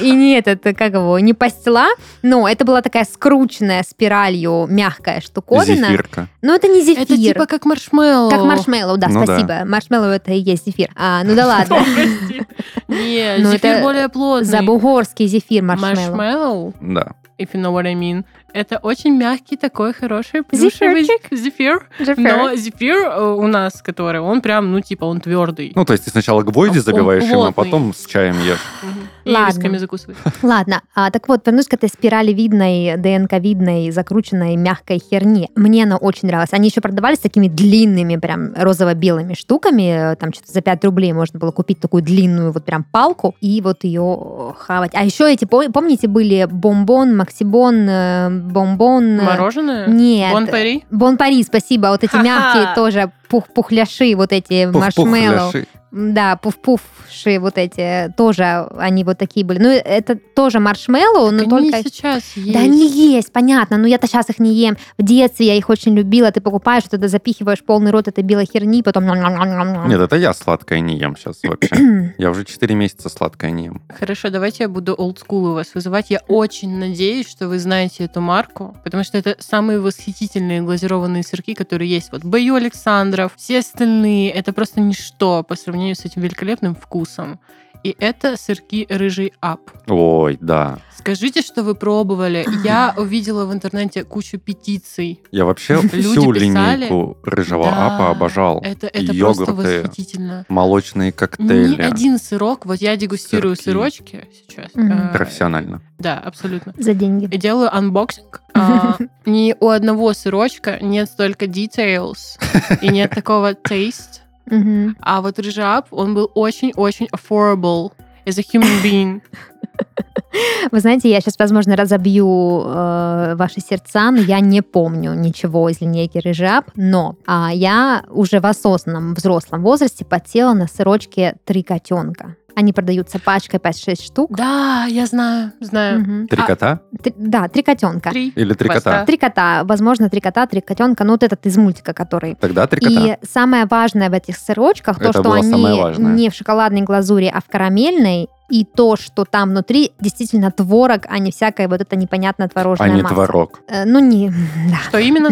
S2: И нет, это как его, не пастила, но это была такая скрученная спиралью мягкая штуковина.
S3: Зефирка.
S2: Но это не зефир.
S1: Это типа как маршмеллоу.
S2: Как маршмеллоу, да,
S3: Ну да.
S2: спасибо. Маршмеллоу это и есть зефир. А, ну да ладно.
S1: Прости. Не,
S2: Но
S1: зефир
S2: Ну, это
S1: более плотный.
S2: Забугорский зефир маршмеллоу.
S1: Маршмеллоу,
S3: Да.
S1: if you know what I mean, это очень мягкий такой хороший плюшевый
S2: Зефирчик.
S1: зефир. Но зефир э, у нас, который, он прям, ну типа, он твердый.
S3: Ну, то есть ты сначала гвозди
S1: Он
S3: забиваешь им, а
S1: плотный.
S3: потом с чаем ешь.
S1: Мгм. И
S2: Ладно.
S1: рисками закусывать.
S2: Ладно, а, так вот, вернусь к этой спиралевидной, ДНК-видной, закрученной мягкой херни. Мне она очень нравилась. Они еще продавались такими длинными, прям розово-белыми штуками. Э, Там что-то за 5 рублей можно было купить такую длинную вот прям палку и вот ее э, хавать. А еще эти, пом- помните, были бомбон, максибон, э, бомбон... э,
S1: Мороженое?
S2: Нет.
S1: Бон-пари?
S2: Бон-пари, спасибо. Вот эти
S1: Ха-ха.
S2: мягкие тоже пух пухляши, вот эти
S3: Пух-пух,
S2: маршмеллоу.
S3: ляши.
S2: Да, пуф-пуфши вот эти тоже, они вот такие были. Ну, это тоже маршмеллоу, но
S1: Они
S2: только...
S1: сейчас есть.
S2: Да, они есть, понятно, но я-то сейчас их не ем. В детстве я их очень любила. Ты покупаешь, тогда запихиваешь полный рот этой белой херни, потом...
S3: Нет, это я сладкое не ем сейчас вообще. Я уже 4 месяца сладкое не ем.
S1: Хорошо, давайте я буду олдскул у вас вызывать. Я очень надеюсь, что вы знаете эту марку, потому что это самые восхитительные глазированные сырки, которые есть. Вот Бою Александров, все остальные, это просто ничто по сравнению с этим великолепным вкусом. И это сырки рыжий ап.
S3: Ой, да.
S1: Скажите, что вы пробовали. Я увидела в интернете кучу петиций.
S3: Я вообще
S1: Люди
S3: всю
S1: писали.
S3: линейку рыжего
S1: Да. Э,
S3: апа обожал.
S1: Это, это просто
S3: Йогурты.
S1: восхитительно.
S3: Молочные
S1: Ни
S3: коктейли.
S1: один сырок, вот я дегустирую
S3: Сырки.
S1: сырочки сейчас.
S2: Мгм.
S1: э,
S3: Профессионально.
S1: Да, абсолютно.
S2: За деньги.
S1: И делаю анбоксинг. а, ни у одного сырочка нет столько details и нет такого taste.
S2: Мгм.
S1: А вот рыжап, он был очень-очень affordable as a human being.
S2: Вы знаете, я сейчас, возможно, разобью э, ваши сердца, но я не помню ничего из линейки Рыжап, но а, я уже в осознанном взрослом возрасте потела на сырочке «Три котенка». Они продаются пачкой 5-6 штук.
S1: Да, я знаю, знаю.
S2: Мгм.
S3: Три
S1: А-
S3: кота?
S2: Три- да, «Три котенка».
S1: Три.
S3: Или три
S1: Хвоста.
S3: кота?
S2: Три кота, возможно, три кота, три котенка, ну вот этот из мультика, который.
S3: Тогда три кота.
S2: И самое важное в этих сырочках, то,
S3: Это
S2: что
S3: было
S2: они
S3: самое важное.
S2: не в шоколадной глазури, а в карамельной, и то, что там внутри действительно творог, а не всякая вот эта непонятная
S3: А
S2: творожная
S3: не
S2: масса.
S3: творог.
S2: Э, ну, не... Да.
S1: Что именно?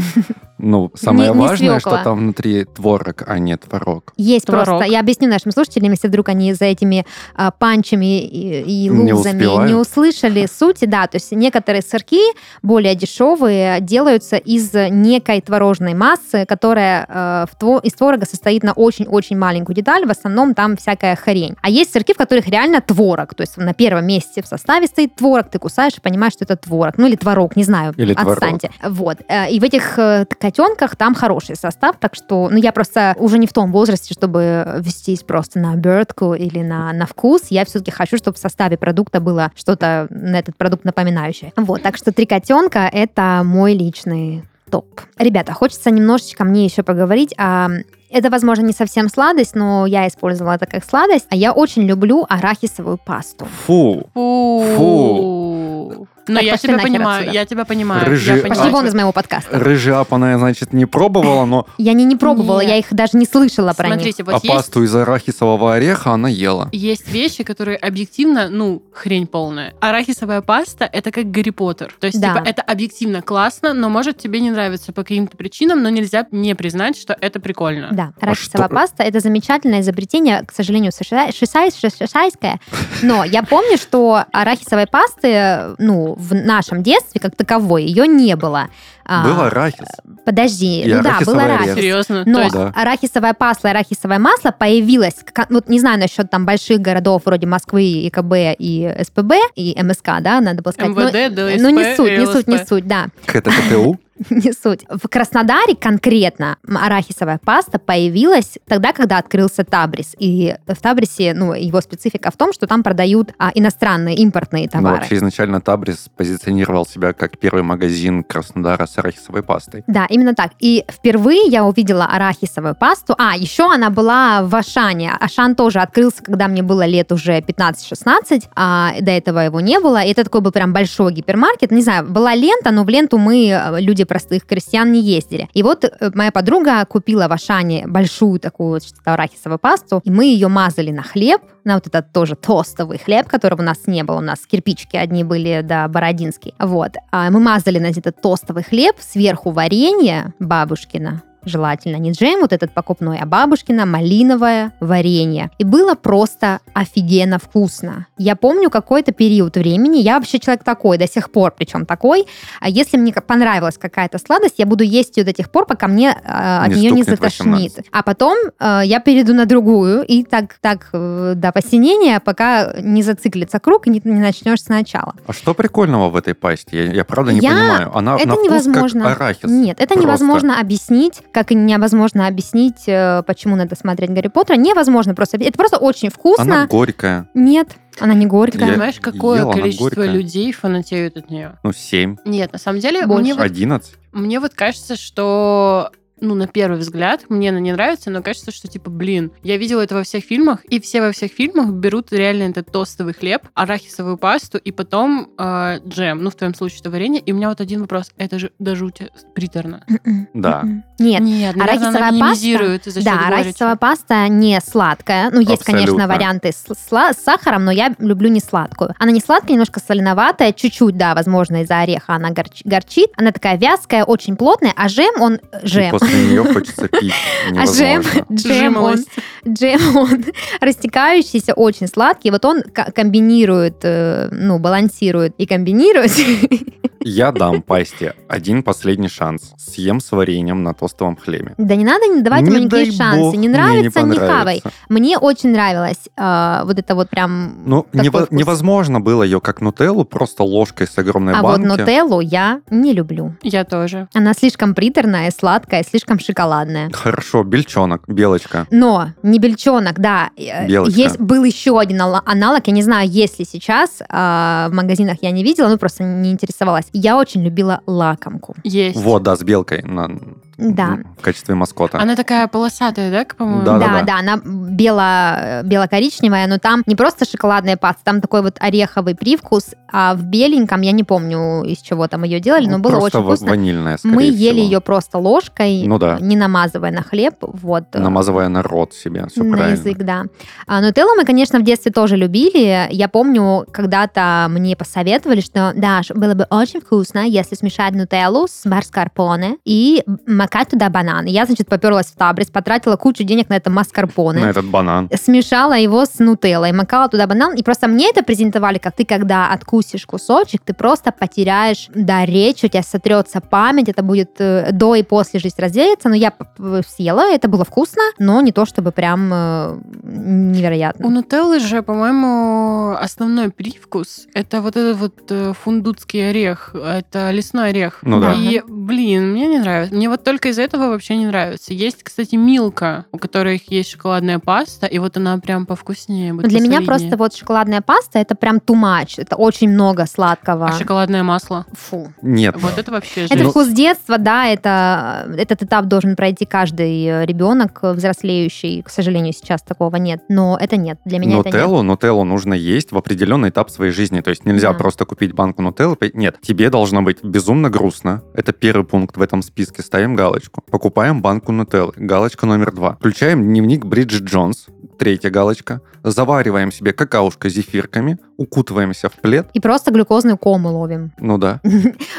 S3: Ну, самое
S2: Не- не
S3: важное, что
S2: свекла.
S3: там внутри творог, а не творог.
S2: Есть
S1: Творог.
S2: просто... Я объясню нашим слушателям, если вдруг они за этими а, панчами и, и
S3: Не
S2: лузами не,
S3: успевают.
S2: услышали сути, да, то есть некоторые сырки более дешевые делаются из некой творожной массы, которая э, в тво- из творога состоит на очень-очень маленькую деталь, в основном там всякая хрень. А есть сырки, в которых реально творог, то есть на первом месте в составе стоит творог, ты кусаешь и понимаешь, что это творог, ну или творог, не знаю,
S3: Или творог.
S2: отстаньте. Вот. Э, И в этих э, котенках там хороший состав, так что, ну, я просто уже не в том возрасте, чтобы вестись просто на обертку или на, на вкус. Я все-таки хочу, чтобы в составе продукта было что-то на этот продукт напоминающее. Вот, так что три котенка — это мой личный топ. Ребята, хочется немножечко мне еще поговорить о это, возможно, не совсем сладость, но я использовала это как сладость. А я очень люблю арахисовую пасту.
S3: Фу, Фу.
S1: Фу. Ну,
S2: Так,
S1: я
S2: пошли
S1: тебя
S2: нахер
S1: понимаю,
S2: отсюда.
S1: я тебя понимаю.
S3: Рыжий
S1: я
S2: Пошли
S1: понимаю.
S2: вон из моего подкаста.
S3: Рыжап она, значит, не пробовала, но
S2: Я не, не пробовала,
S1: Нет.
S2: я их даже не слышала про них.
S1: Смотрите, вот
S3: а
S1: есть
S3: пасту из арахисового ореха она ела.
S1: есть вещи, которые объективно, ну, хрень полная. Арахисовая паста — это как Гарри Поттер. То есть,
S2: Да.
S1: типа, это объективно классно, но, может, тебе не нравится по каким-то причинам, но нельзя не признать, что это прикольно.
S2: Да, арахисовая
S3: А. что-
S2: паста – это замечательное изобретение, к сожалению, США шисай- ши- шишайское. Но я помню, что арахисовой пасты, ну, в нашем детстве как таковой ее не было. А,
S3: Был арахис.
S2: Подожди,
S3: И
S2: ну да, был
S3: арахисовый орех.
S2: арахис.
S1: Серьезно?
S2: Но
S1: То есть,
S3: Да.
S2: арахисовое пасло и арахисовое масло появилось, к- вот не знаю насчет там больших городов вроде Москвы, ИКБ и СПБ, и МСК, да, надо было сказать. но-
S1: МВД, ДСП,
S2: ну, не суть, не суть, не
S1: ЛСП.
S2: суть, да.
S3: КТКТУ.
S2: Не суть. В Краснодаре конкретно арахисовая паста появилась тогда, когда открылся Табрис. И в Табрисе, ну, его специфика в том, что там продают а, иностранные, импортные
S3: Ну,
S2: товары.
S3: вообще изначально Табрис позиционировал себя как первый магазин Краснодара с арахисовой пастой.
S2: Да, именно так. И впервые я увидела арахисовую пасту. А, еще она была в Ашане. Ашан тоже открылся, когда мне было лет уже 15-16, а до этого его не было. И это такой был прям большой гипермаркет. Не знаю, была лента, но в ленту мы, э, люди простых крестьян, не ездили. И вот э, моя подруга купила в Ашане большую такую вот что-то арахисовую пасту, и мы ее мазали на хлеб, на вот этот тоже тостовый хлеб, которого у нас не было, у нас кирпичики одни были, да, бородинский. Вот. А мы мазали на этот тостовый хлеб, сверху варенье бабушкина, желательно не джем вот этот покупной, а бабушкина малиновое варенье. И было просто офигенно вкусно. Я помню какой-то период времени, я вообще человек такой, до сих пор причем такой, а если мне как- понравилась какая-то сладость, я буду есть ее до тех пор, пока мне э, от
S3: Не
S2: нее не
S3: стукнет
S2: затошнит.
S3: 18.
S2: А потом э, я перейду на другую, и так, так э, до посинения, пока не зациклится круг и не, не начнешь сначала.
S3: А что прикольного в этой пасте? Я, я правда не
S2: Я-
S3: понимаю. Она
S2: это
S3: на вкус
S2: невозможно.
S3: как арахис.
S2: Нет, это
S3: Просто.
S2: невозможно объяснить, как и невозможно объяснить, э, почему надо смотреть Гарри Поттера. Невозможно просто. объ- Это просто очень вкусно.
S3: Она горькая.
S2: Нет, она не горькая.
S3: Я
S1: Понимаешь, какое
S3: ела, она
S1: количество
S3: горькая.
S1: людей фанатеют от нее?
S3: Ну, 7,
S1: Нет, на самом деле,
S2: Больше.
S1: мне вот,
S3: 11.
S1: мне вот кажется, что ну, на первый взгляд, мне она не нравится, но кажется, что, типа, блин, я видела это во всех фильмах, и все во всех фильмах берут реально этот тостовый хлеб, арахисовую пасту и потом э, джем, ну, в твоем случае, это варенье. И у меня вот один вопрос, это же до жути приторно.
S2: М-м,
S3: Да.
S2: м-м. Нет.
S1: Нет, наверное, она
S2: арахисовая паста-
S1: минимизирует за счет
S2: Да,
S1: горечи.
S2: арахисовая паста не сладкая. Ну, есть, конечно,
S3: Абсолютно.
S2: варианты с, сла- с сахаром, но я люблю не сладкую. Она не сладкая, немножко соленоватая, чуть-чуть, да, возможно, из-за ореха она горч- горчит. Она такая вязкая, очень плотная, а жем, он...
S3: И
S2: Жем.
S3: после нее хочется пить.
S2: А джем,
S3: Невозможно.
S2: джем, он,
S1: Жимолость.
S2: джем, он растекающийся, очень сладкий. Вот он ко- комбинирует, э, ну, балансирует и комбинирует.
S3: Я дам пасте один последний шанс. Съем с вареньем на тостовом хлебе.
S2: Да не надо не давать ему
S3: Не дай
S2: никаких шансов.
S3: бог,
S2: Не
S3: мне
S2: нравится, не
S3: понравится.
S2: хавай. Мне очень нравилась э, вот это вот прям...
S3: Ну,
S2: такой
S3: нево-
S2: вкус.
S3: невозможно было ее как нутеллу, просто ложкой с огромной
S2: А вот
S3: банки.
S2: нутеллу я не люблю.
S1: Я тоже.
S2: Она слишком приторная, сладкая, слишком шоколадная.
S3: Хорошо, бельчонок, белочка.
S2: Но не бельчонок, да. э,
S3: Белочка.
S2: Есть, был еще один ала- аналог, я не знаю, есть ли сейчас, а, в магазинах я не видела, ну просто не интересовалась. Я очень любила лакомку.
S1: Есть.
S3: Вот, да, с белкой на-
S2: Да.
S3: в качестве маскота.
S1: Она такая полосатая, да, к- по-моему?
S3: Да,
S2: да, она бело, бело-коричневая, но там не просто шоколадная паста, там такой вот ореховый привкус, а в беленьком, я не помню, из чего там ее делали, но
S3: Ну,
S2: было
S3: просто
S2: очень
S3: ва-
S2: вкусно.
S3: ванильная, скорее
S2: Мы ели
S3: всего.
S2: ее просто ложкой,
S3: Ну да.
S2: не намазывая на хлеб, вот. э,
S3: намазывая на рот себе. Все
S2: на
S3: правильно.
S2: язык, да. А нутеллу мы, конечно, в детстве тоже любили. Я помню, когда-то мне посоветовали, что, Даш, было бы очень вкусно, если смешать нутеллу с маскарпоне и макать туда банан. Я, значит, поперлась в табрис, потратила кучу денег на это маскарпоне
S3: На этот банан.
S2: смешала его с нутеллой, макала туда банан, и просто мне это презентовали, как ты, когда откусишь кусочек, ты просто потеряешь до речи, у тебя сотрется память, это будет э, до и после жизнь разделится, но я п- п- съела, это было вкусно, но не то чтобы прям э,
S1: У
S2: невероятно.
S1: нутеллы же, по-моему, основной привкус это вот этот вот э, фундуцкий орех, это лесной орех.
S3: Ну да.
S1: И, Блин, мне не нравится. Мне вот только из этого вообще не нравится. Есть, кстати, Милка, у которых есть шоколадная паста, и вот она прям повкуснее. будет,
S2: Для меня
S1: посолиднее.
S2: просто вот шоколадная паста это прям too much. Это очень много сладкого.
S1: А шоколадное масло?
S2: Фу.
S3: Нет.
S1: Вот это вообще
S2: Это
S1: жесть.
S2: вкус детства, да, это, этот этап должен пройти каждый э, ребенок э, взрослеющий. К сожалению, сейчас такого нет, но это нет. Для меня это нет.
S3: нутеллу, нутеллу нужно есть в определенный этап своей жизни. То есть нельзя
S2: Да.
S3: просто купить банку нутеллы. пой- Нет, тебе должно быть безумно грустно. Это первый пункт в этом списке. Ставим галочку. Покупаем банку нутеллы. Галочка номер два. Включаем дневник Бриджит Джонс. Третья галочка. Завариваем себе какаушка с зефирками. Укутываемся в плед.
S2: И просто глюкозную кому ловим.
S3: Ну да.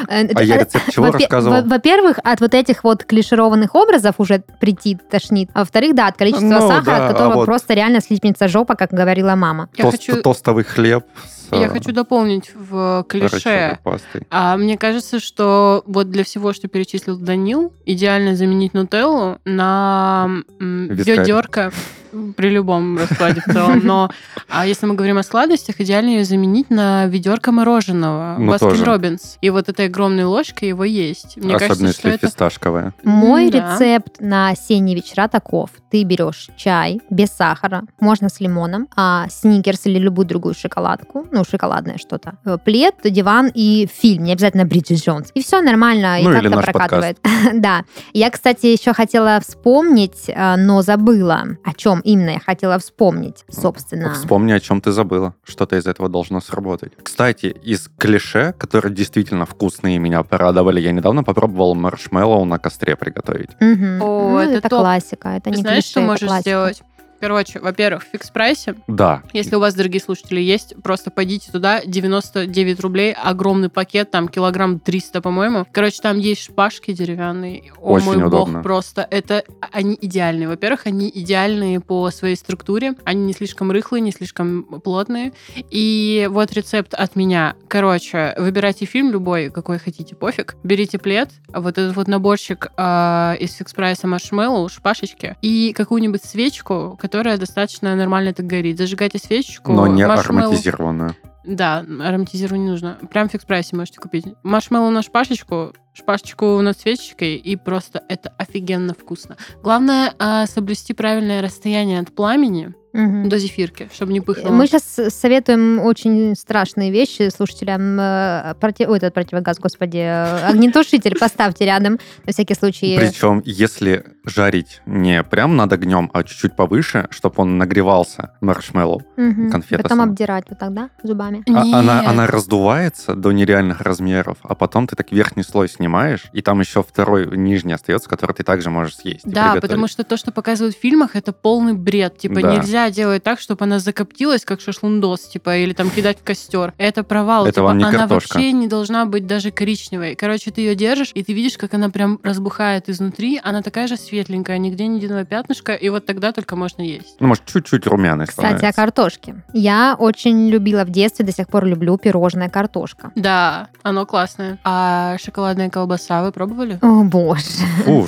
S2: Это-
S3: А я
S2: это-
S3: рецепт чего
S2: Во-пе-
S3: рассказывал?
S2: во- Во-первых, от вот этих вот клишированных образов уже прийти тошнит. А во-вторых, да, от количества
S3: Ну,
S2: сахара,
S3: да,
S2: от
S3: а
S2: которого
S3: вот-
S2: просто реально слипнется жопа, как говорила мама.
S1: Я
S3: Тост-
S1: хочу-
S3: Тостовый хлеб с
S1: Я
S3: э,
S1: хочу дополнить в
S3: арахисовой
S1: клише.
S3: пастой.
S1: А мне кажется, что вот для всего, что перечислил Данил, идеально заменить нутеллу на м,
S3: Вискарь.
S1: ведерко при любом раскладе в целом. Но а если мы говорим о сладостях, идеально ее заменить на ведерко мороженого.
S3: Ну,
S1: Баскин
S3: тоже.
S1: Робинс. И вот этой огромной ложкой его есть. Мне
S3: Особенно
S1: кажется, что
S3: если
S1: это...
S3: фисташковая.
S2: Мой
S1: Да.
S2: рецепт на осенние вечера таков. Ты берешь чай без сахара, можно с лимоном, а сникерс или любую другую шоколадку, ну, шоколадное что-то, э, плед, диван и фильм, не обязательно Бриджит Джонс. И все нормально,
S3: Ну,
S2: и
S3: или
S2: как-то
S3: наш
S2: прокатывает. Да. Я, кстати, еще хотела вспомнить, э, но забыла, о чем именно я хотела вспомнить, собственно.
S3: Вспомни, о чем ты забыла. Что-то из этого должно сработать. Кстати, из клише, которые действительно вкусные и меня порадовали, я недавно попробовал маршмеллоу на костре приготовить.
S2: Мгм.
S1: О,
S2: Ну,
S1: это
S2: это
S1: топ.
S2: классика, это
S1: Ты
S2: а не
S1: знаешь,
S2: клише,
S1: что
S2: это
S1: можешь
S2: классика.
S1: сделать? Короче, во-первых, в фикс-прайсе
S3: Да.
S1: Если у вас, дорогие слушатели, есть, просто пойдите туда, 99 рублей, огромный пакет, там килограмм 300, по-моему. Короче, там есть шпажки деревянные. О
S3: Очень
S1: мой
S3: удобно.
S1: бог, просто это они идеальные. Во-первых, они идеальные по своей структуре, они не слишком рыхлые, не слишком плотные. И вот рецепт от меня. Короче, выбирайте фильм любой, какой хотите, пофиг. Берите плед, вот этот вот наборчик э, из фикс-прайса маршмеллоу, шпашечки, и какую-нибудь свечку, которая достаточно нормально так горит. Зажигайте свечечку.
S3: Но не
S1: маршмеллоу-
S3: ароматизированную. Да
S1: Да, ароматизированную не нужно. Прям в фикс-прайсе можете купить. Маршмеллоу на шпажечку, шпажечку над свечечкой, и просто это офигенно вкусно. Главное э, соблюсти правильное расстояние от пламени
S2: Мгм.
S1: до зефирки, чтобы не пыхнуло.
S2: Э, Мы сейчас советуем очень страшные вещи слушателям. э, Проти... Ой, этот противогаз, господи. э, Огнетушитель поставьте рядом, на всякий случай.
S3: Причем, если жарить не прям над огнем, а чуть-чуть повыше, чтобы он нагревался, маршмеллоу,
S2: Мгм.
S3: конфета
S2: Потом
S3: сама.
S2: обдирать вот так, да, зубами.
S3: а- она,
S1: Нет.
S3: она раздувается до нереальных размеров, а потом ты так верхний слой снимаешь, и там еще второй нижний остается, который ты также можешь съесть. и
S1: Да,
S3: приготовить.
S1: потому что то, что показывают в фильмах, это полный бред. Типа,
S3: Да.
S1: нельзя делать так, чтобы она закоптилась, как шашлындос, типа, или там кидать в костер. Это провал.
S3: Это
S1: типа,
S3: вам не
S1: она
S3: картошка.
S1: вообще не должна быть даже коричневой. Короче, ты ее держишь, и ты видишь, как она прям разбухает изнутри. Она такая же светленькая, нигде ни единого пятнышка, и вот тогда только можно есть.
S3: Ну, может, чуть-чуть румяный
S2: Кстати, о
S1: а
S3: становится.
S2: картошке. Я очень любила в детстве, до сих пор люблю пирожное картошка.
S1: Да, оно классное. А шоколадная колбаса вы пробовали?
S2: О, боже.
S3: Фу,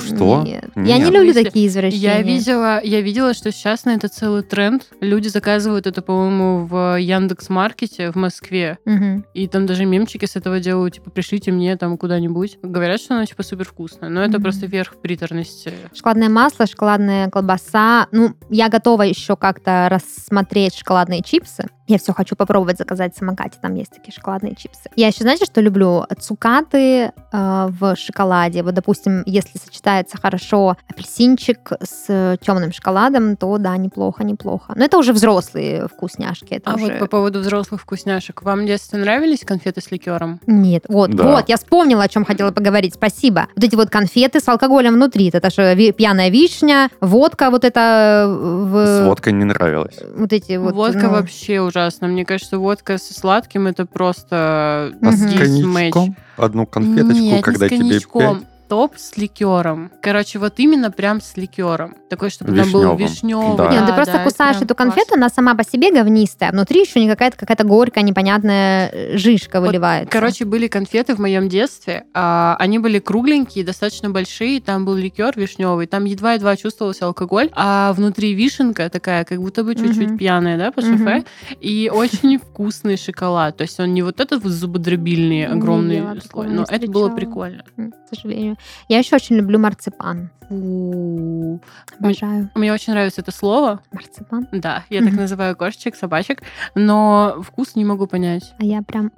S3: что?
S2: Нет. Я не
S3: Нет.
S2: люблю
S1: В смысле?
S2: такие извращения.
S1: Я видела, я видела, что сейчас на это целый тренд. Люди заказывают это, по-моему, в Яндекс.Маркете в Москве.
S2: Мгм.
S1: И там даже мемчики с этого делают, типа, пришлите мне там куда-нибудь. Говорят, что оно, типа, супер вкусно. Но это
S2: Мгм.
S1: просто верх приторности.
S2: Шоколадное масло, шоколадная колбаса. Ну, я готова еще как-то рассмотреть шоколадные чипсы. Я все хочу попробовать заказать в самокате. Там есть такие шоколадные чипсы. Я еще, знаете, что люблю? Цукаты э, в шоколаде. Вот, допустим, если сочетается хорошо апельсинчик с темным шоколадом, то да, неплохо, неплохо. Но это уже взрослые вкусняшки. Это
S1: А
S2: уже-
S1: вот по поводу взрослых вкусняшек. Вам в детстве нравились конфеты с ликером?
S2: Нет, вот,
S3: Да.
S2: вот, я вспомнила, о чем хотела поговорить, спасибо. Вот эти вот конфеты с алкоголем внутри, это же ви- пьяная вишня, водка вот это э, в...
S3: С водкой не нравилось.
S2: Вот эти вот...
S1: Водка
S2: ну,
S1: вообще ужасно. Мне кажется, водка со сладким это просто
S2: А с
S1: дисмэч.
S3: коньячком? Одну конфеточку,
S1: Нет, не
S3: когда
S1: с
S3: тебе
S1: коньячком.
S3: пять.
S1: топ с ликером. Короче, вот именно прям с ликером. Такой, чтобы там был
S3: Вишнёвым.
S1: вишневый.
S3: Да.
S2: Нет,
S1: да,
S2: ну ты просто
S1: да, это
S2: кусаешь
S1: прям
S2: эту
S1: классно.
S2: конфету, она сама по себе говнистая, а внутри еще не какая-то какая-то горькая, непонятная э, жишка
S1: Вот,
S2: выливается.
S1: Короче, были конфеты в моем детстве. а, они были кругленькие, достаточно большие. Там был ликер вишневый. Там едва-едва чувствовался алкоголь. А внутри вишенка такая, как будто бы чуть-чуть
S2: Мгм.
S1: пьяная, да, по
S2: Мгм.
S1: шофе. И очень вкусный шоколад. То есть он не вот этот вот зубодробильный
S2: Не
S1: огромный
S2: ела такого,
S1: слой.
S2: не
S1: Но это было
S2: встречала.
S1: прикольно.
S2: М, к сожалению. Я еще очень люблю марципан.
S1: Фу.
S2: Обожаю
S1: Мне очень нравится это слово.
S2: марципан.
S1: Да, я так
S2: Мгм.
S1: называю кошечек, собачек. Но вкус не могу понять.
S2: А я прям,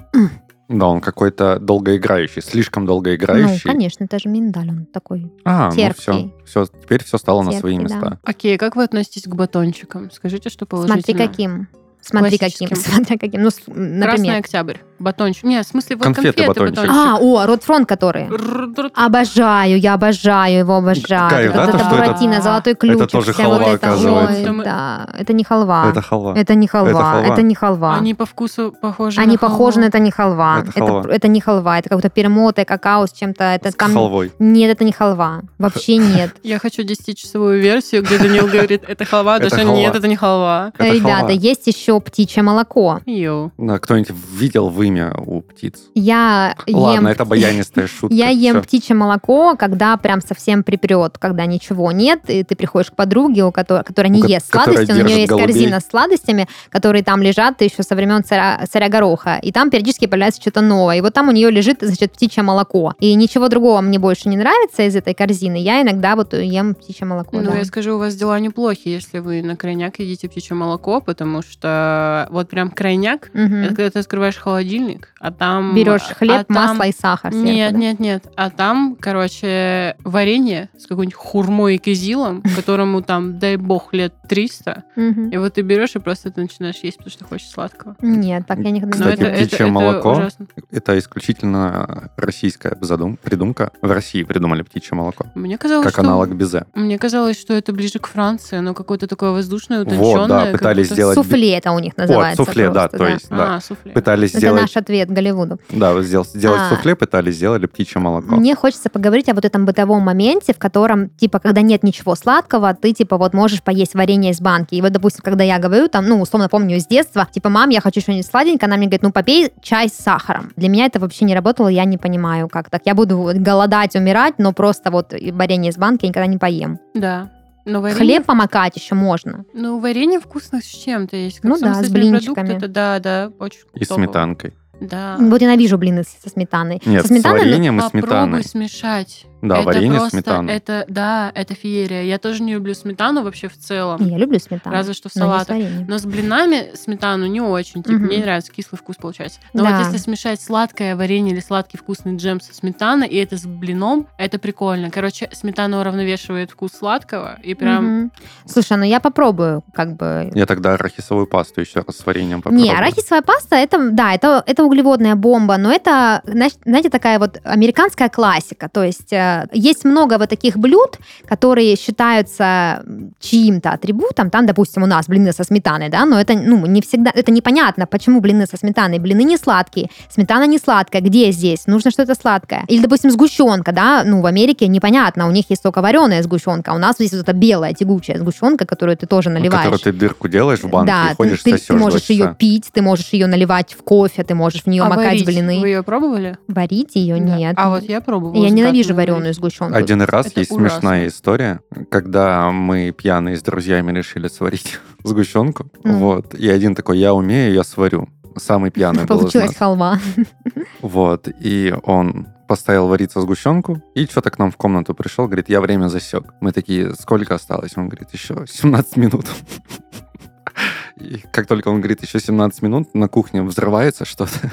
S3: Да, он какой-то долгоиграющий, слишком
S2: ну,
S3: долгоиграющий.
S2: конечно, даже миндаль он такой.
S3: а,
S2: терпкий.
S3: ну все, все, теперь все стало на
S2: Терпкий,
S3: свои
S2: да.
S3: места.
S1: Окей, как вы относитесь к батончикам? Скажите, что положительно.
S2: Смотри каким. Смотри каким,
S1: Классическим.
S2: смотря каким. Ну, с-
S1: Красный
S2: м, например.
S1: октябрь. Батончик. Не, в смысле, вот
S3: Конфеты,
S1: конфеты,
S3: батончик.
S2: А, о, Ротфронт которые.
S1: Р-р-р.
S2: Обожаю, я обожаю его, обожаю.
S3: Кайф,
S2: вот
S1: да, то,
S2: это
S1: что
S2: буратино,
S1: это-
S2: золотой ключ.
S3: тоже
S2: вся вот
S1: халва,
S2: эта-
S1: оказывается.
S2: Ой, да, А, это не халва.
S3: Это халва.
S2: Это не халва, это,
S3: Это халва.
S2: не халва.
S1: Они по вкусу похожи
S2: а. Они
S1: на халву.
S2: похожи, но это не халва.
S3: Это халва.
S2: это не халва, это какой-то перемотой, какао с чем-то. Это
S3: С
S2: там...
S3: халвой.
S2: Нет, это не халва. Вообще нет.
S1: Я хочу 10-часовую версию, где Данил говорит, это халва, а
S3: Это
S1: Даша,
S3: халва.
S1: нет, это не халва.
S3: Это
S2: Ребята,
S3: халва.
S2: есть еще птичье молоко.
S1: Йоу.
S3: Да, кто-нибудь видел вымя у птиц?
S2: Я ем...
S3: Ладно, это баянистая шутка.
S2: Я ем
S3: Всё.
S2: птичье молоко, когда прям совсем припрет, когда ничего нет, и ты приходишь к подруге, у которой, которая не
S3: У ко-
S2: ест
S3: которая
S2: сладости, у нее
S3: держит
S2: есть
S3: голубей.
S2: корзина с сладостями, которые там лежат еще со времен царя, царя Гороха, и там периодически появляется что-то новое, и вот там у нее лежит, значит, птичье молоко, и ничего другого мне больше не нравится из этой корзины, я иногда вот ем птичье молоко.
S1: Ну,
S2: да.
S1: я скажу, у вас дела неплохи, если вы на крайняк едите птичье молоко, потому что вот прям крайняк,
S2: Мгм.
S1: это когда ты открываешь холодильник, а там...
S2: Берешь хлеб,
S1: а там-
S2: масло и сахар. сверху,
S1: Нет,
S2: да.
S1: нет, нет. А там, короче, варенье с какой-нибудь хурмой и кизилом, которому там, дай бог, лет 300,
S2: Мгм.
S1: И вот ты берешь и просто это начинаешь есть, потому что хочешь сладкого.
S2: Нет, так я никогда
S3: Кстати,
S2: не
S1: Но
S2: ела.
S3: птичье молоко.
S1: ужасно.
S3: Это исключительно российская задум, придумка. В России придумали птичье молоко.
S1: Мне
S2: Ну,
S1: казалось,
S3: Как
S1: что...
S3: аналог безе.
S1: Мне казалось, что это ближе к Франции, оно какое-то такое воздушное,
S3: Вот, да,
S1: утонченное. как
S3: пытались
S1: будто-
S3: сделать
S2: Суфле это у них называется.
S3: суфле, да,
S2: просто,
S3: то есть, да.
S1: А, суфле.
S3: Пытались
S2: Это
S3: сделать,
S2: наш ответ Голливуду.
S3: да, вот сделать, сделать
S2: А.
S3: суфле, пытались, сделали птичье молоко.
S2: Мне хочется поговорить о вот этом бытовом моменте, в котором, типа, когда нет ничего сладкого, ты, типа, вот можешь поесть варенье из банки. И вот, допустим, когда я говорю, там, ну, условно помню из детства, типа, мам, я хочу что-нибудь сладенькое, она мне говорит, ну, попей чай с сахаром. Для меня это вообще не работало, я не понимаю, как так. Я буду вот голодать, умирать, но просто вот и варенье из банки я никогда не поем.
S1: Да. Но варенье,
S2: Хлеб помакать еще можно.
S1: Ну, варенье вкусно с чем-то есть. Как
S2: Ну да, с
S1: самостоятельный продукт,
S2: блинчиками.
S1: Это, да, да, очень
S3: И
S1: топово.
S3: сметанкой.
S1: Да.
S2: Вот ненавижу блины с- со сметаной.
S3: Нет,
S2: со
S3: с
S2: сметаной, ну,
S3: вареньем и
S1: Попробуй
S3: сметаной.
S1: смешать.
S3: Да,
S1: это
S3: варенье с
S1: просто,
S3: сметаной.
S1: Это, да, это феерия. Я тоже не люблю сметану вообще в целом.
S2: Я люблю сметану.
S1: Разве что в
S2: но не с
S1: салатах.
S2: вареньем.
S1: Но с блинами сметану не очень. Типа,
S2: Мгм.
S1: мне не нравится кислый вкус получается. Но
S2: Да.
S1: вот если смешать сладкое варенье или сладкий вкусный джем со сметаной, и это с блином, это прикольно. Короче, сметана уравновешивает вкус сладкого, и прям...
S2: Мгм. Слушай, ну я попробую, как бы,
S3: Я тогда арахисовую пасту еще раз с вареньем попробую.
S2: Не, арахисовая паста, это, да, это, это углеводная бомба, но это, знач- знаете, такая вот американская классика. То есть э, есть много вот таких блюд, которые считаются м, чьим-то атрибутом. Там, допустим, у нас блины со сметаной, да, но это, ну, не всегда, это непонятно, почему блины со сметаной. Блины не сладкие, сметана не сладкая. Где здесь? Нужно что-то сладкое. Или, допустим, сгущенка, да, ну, в Америке непонятно, у них есть только вареная сгущенка, а у нас здесь вот эта белая тягучая сгущенка, которую ты тоже наливаешь.
S3: Ну, Которую ты дырку делаешь в банке
S2: Да,
S3: и ходишь,
S2: ты,
S3: сосешь
S2: ты можешь ее пить, ты можешь ее наливать в кофе, ты можешь в нее
S1: А
S2: макать
S1: варить?
S2: блины.
S1: Вы ее пробовали?
S2: Варить ее
S1: Да.
S2: нет.
S1: А вот я пробовала.
S2: Я
S1: с
S2: ненавижу
S1: картофельным
S2: вареную
S1: вареньем.
S2: сгущенку.
S3: Один раз
S1: Это
S3: есть
S1: ужасно.
S3: смешная история, когда мы пьяные с друзьями решили сварить сгущенку.
S2: Ну.
S3: Вот. И один такой, я умею, я сварю. Самый пьяный был из
S2: Получилась
S3: нас.
S2: халва.
S3: Вот. И он поставил вариться сгущенку, и что-то к нам в комнату пришел, говорит, я время засек. Мы такие, сколько осталось? Он говорит, еще 17 минут. И как только он говорит, еще 17 минут, на кухне взрывается что-то.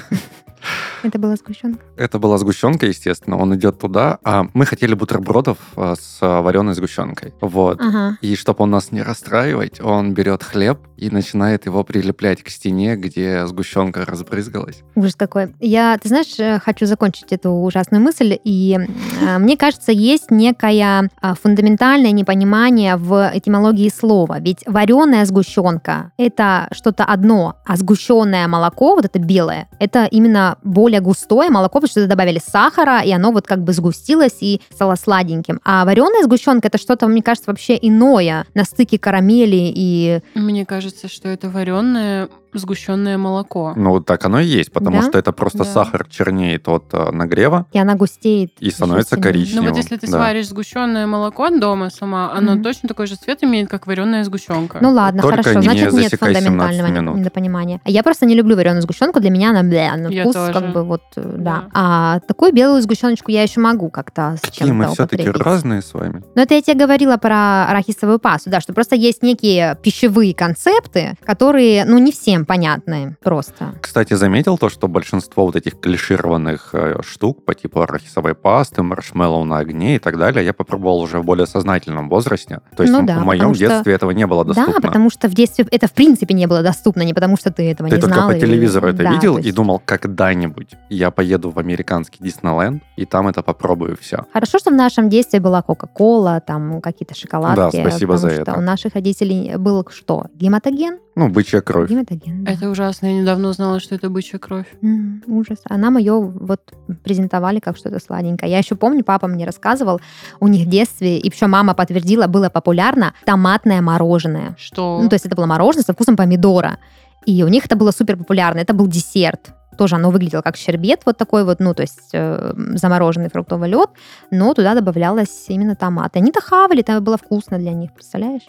S2: Это была сгущенка.
S3: Это была сгущенка, естественно. Он идет туда, а мы хотели бутербродов а, с вареной сгущенкой. Вот.
S2: Ага.
S3: И чтобы он нас не расстраивать, он берет хлеб и начинает его прилеплять к стене, где сгущенка разбрызгалась.
S2: Ужас какой. Я, ты знаешь, э, хочу закончить эту ужасную мысль, и э, мне кажется, есть некое э, фундаментальное непонимание в этимологии слова. Ведь вареная сгущенка – это что-то одно, а сгущенное молоко, вот это белое, это именно более густое молоко, потому что туда добавили сахара, и оно вот как бы сгустилось и стало сладеньким. А вареная сгущенка – это что-то, мне кажется, вообще иное, на стыке карамели и
S1: Мне кажется, что это вареное сгущенное молоко.
S3: Ну, вот так оно и есть, потому
S2: Да?
S3: что это просто
S1: Да.
S3: сахар чернеет от э, нагрева
S2: и она густеет.
S3: и становится
S2: Ещё сильнее.
S1: Ну
S3: коричневым.
S1: вот если ты
S3: да.
S1: сваришь сгущенное молоко дома сама, оно
S2: Мгм.
S1: точно такой же цвет имеет, как вареная сгущенка.
S2: Ну ладно,
S3: Только
S2: хорошо,
S3: не
S2: значит нет
S3: засекай 17
S2: фундаментального
S3: минут.
S2: недопонимания. А Я просто не люблю вареную сгущенку, для меня она, бля, на
S1: Я
S2: вкус
S1: тоже.
S2: как бы вот, э, да.
S1: Да.
S2: А такую белую сгущеночку я еще могу как-то с
S3: Какие
S2: чем-то
S3: мы все-таки
S2: употребить.
S3: разные с вами.
S2: Но это я тебе говорила про арахисовую пасту, да, что просто есть некие пищевые концепты, которые, ну, не всем понятны просто.
S3: Кстати, заметил то, что большинство вот этих клишированных э, штук по типу арахисовой пасты, маршмеллоу на огне и так далее, я попробовал уже в более сознательном возрасте. То есть
S2: Ну
S3: м-
S2: да,
S3: в моем
S2: потому что-
S3: детстве этого не было доступно.
S2: Да, потому что в детстве это в принципе не было доступно, не потому что ты этого
S3: Ты
S2: не
S3: только
S2: знал.
S3: по
S2: или-
S3: телевизору это
S2: Да,
S3: видел
S2: то
S3: и
S2: есть-
S3: думал, когда-нибудь я поеду в американский Диснейленд, и там это попробую все.
S2: Хорошо, что в нашем детстве была Кока-Кола, там какие-то шоколадки.
S3: Да, спасибо
S2: потому
S3: за
S2: что
S3: это.
S2: у наших родителей был что? Гематоген?
S3: Ну, бычья кровь.
S2: Гематоген. да.
S1: Это ужасно. Я недавно узнала, что это бычья кровь.
S2: М, ужас. А нам ее вот презентовали как что-то сладенькое. Я еще помню, папа мне рассказывал, у них в детстве, и еще мама подтвердила, было популярно томатное мороженое.
S1: Что?
S2: Ну, то есть это было мороженое со вкусом помидора. И у них это было супер популярно. Это был десерт. Тоже оно выглядело как щербет вот такой вот, ну, то есть э, замороженный фруктовый лед, но туда добавлялось именно томаты. Они-то хавали, там было вкусно для них, представляешь?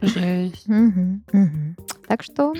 S1: Жесть.
S2: Мгм, мгм. Так что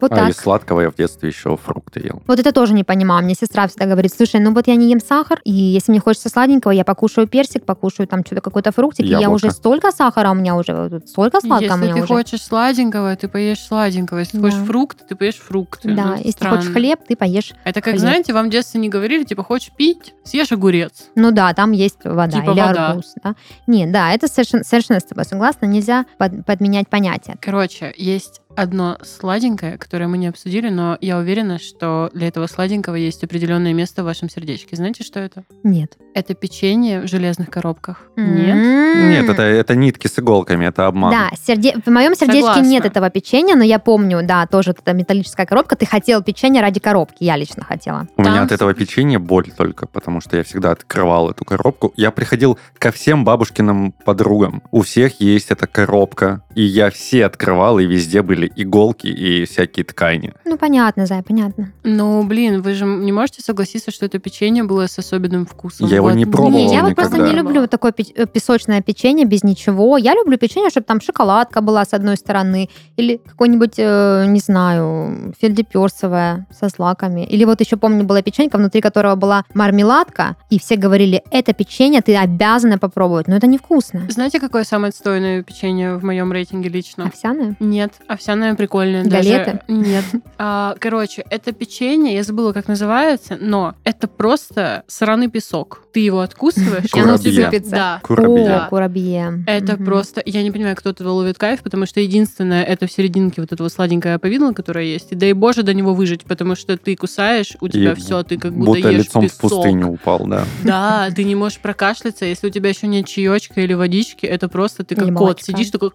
S2: вот
S3: а
S2: так.
S3: из сладкого я в детстве еще фрукты ел.
S2: Вот это тоже не понимаю. Мне сестра всегда говорит, слушай, ну вот я не ем сахар, и если мне хочется сладенького, я покушаю персик, покушаю там что-то, какой-то фруктик, и я
S3: Яблоко.
S2: уже столько сахара у меня уже, вот тут столько сладкого у
S1: Если
S2: меня
S1: ты
S2: уже.
S1: хочешь сладенького, ты поешь сладенького. Если ты
S2: Да.
S1: хочешь фрукты, ты поешь фрукты. Ну,
S2: да,
S1: это
S2: если
S1: странно.
S2: хочешь хлеб, ты поешь.
S1: Это как,
S2: хлеб.
S1: знаете, вам в детстве не говорили, типа, хочешь пить, съешь огурец.
S2: Ну да, там есть вода
S1: Типа
S2: или
S1: вода.
S2: арбуз. Да? Нет, да, это совершенно, совершенно с тобой согласна. Нельзя под- подменять понятия.
S1: Короче, есть одно сладенькое, которое мы не обсудили, но я уверена, что для этого сладенького есть определенное место в вашем сердечке. Знаете, что это?
S2: Нет.
S1: Это печенье в железных коробках. Нет.
S2: М.
S3: Нет, это, это нитки с иголками, это обман.
S2: М-м. Да, серде- в моем сердечке
S1: Согласна.
S2: нет этого печенья, но я помню, да, тоже вот эта металлическая коробка. Ты хотел печенье ради коробки, я лично хотела.
S3: У
S1: Там
S3: меня от
S1: с-
S3: этого печенья боль только, потому что я всегда открывал эту коробку. Я приходил ко всем бабушкиным подругам. У всех есть эта коробка. И я все открывал, и везде были иголки и всякие ткани.
S2: Ну, понятно, Зай, понятно.
S1: Ну, блин, вы же не можете согласиться, что это печенье было с особенным вкусом.
S3: Я его
S1: Вот
S3: не пробовал
S2: Не, я вот
S3: никогда.
S2: просто не люблю вот такое пе- э, песочное печенье без ничего. Я люблю печенье, чтобы там шоколадка была с одной стороны, или какое-нибудь, э, не знаю, фельдеперсовое со злаками. Или вот еще помню, была печенька, внутри которого была мармеладка, и все говорили, это печенье ты обязана попробовать, но это невкусно.
S1: Знаете, какое самое отстойное печенье в моем рейтинге лично?
S2: Овсяное?
S1: Нет, овсяное прикольное.
S2: Галеты?
S1: Даже... Нет. А, короче, это печенье, я забыла, как называется, но это просто сраный песок. Ты его откусываешь, и оно
S3: Курабье.
S1: тебе...
S2: Сыпется.
S1: Да.
S3: Курабия.
S2: О, курабье.
S1: Это
S2: Мгм.
S1: просто... Я не понимаю, кто от этого ловит кайф, потому что единственное, это в серединке вот этого сладенькое повидло, которое есть. И дай боже до него выжить, потому что ты кусаешь, у тебя все, ты как будто, ешь
S3: лицом
S1: песок.
S3: в пустыню упал, да.
S1: Да, ты не можешь прокашляться, если у тебя еще нет чаечка или водички, это просто ты как
S2: Или
S1: кот
S2: молочка.
S1: сидишь такой...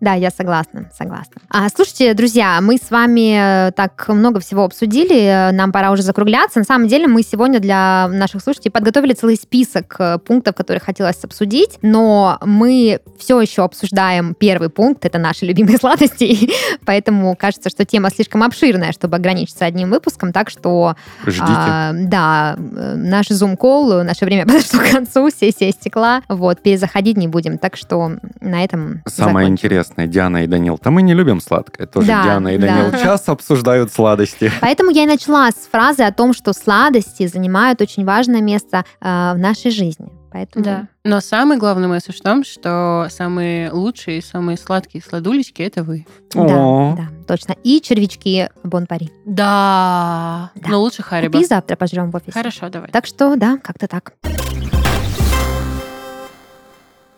S2: Да, я согласна, согласна. А, слушайте, друзья, мы с вами э, так много всего обсудили, э, нам пора уже закругляться. На самом деле мы сегодня для наших слушателей подготовили целый список э, пунктов, которые хотелось обсудить, но мы все еще обсуждаем первый пункт, это наши любимые сладости, и поэтому кажется, что тема слишком обширная, чтобы ограничиться одним выпуском, так что
S3: Ждите.
S2: а, да, э, наш зум-кол, э, наше время подошло к концу, сессия стекла. Вот, перезаходить не будем. Так что на этом
S3: Самое
S2: закончим.
S3: интересное, Диана и Данил. Там мы не любим сладкое. Тоже
S2: Да,
S3: Диана и
S2: да.
S3: Данил часто обсуждают сладости.
S2: Поэтому я и начала с фразы о том, что сладости занимают очень важное место э, в нашей жизни. Поэтому
S1: Да. Но самый главный месседж в том, что самые лучшие, самые сладкие сладулечки — это вы.
S2: да,
S3: О.
S2: да, точно. И червячки Бон-Пари.
S1: Да.
S2: Да.
S1: Но лучше Хариба.
S2: Купи завтра пожрем в офисе.
S1: Хорошо, давай.
S2: Так что, да, как-то так.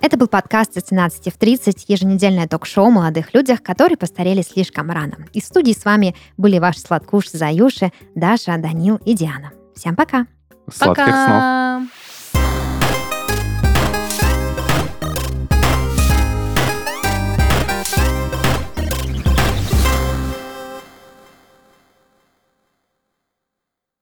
S2: Это был подкаст с 13 в 30, еженедельное ток-шоу о молодых людях, которые постарели слишком рано. И в студии с вами были ваши сладкуши Заюши, Даша, Данил и Диана. Всем пока!
S3: Сладких снов.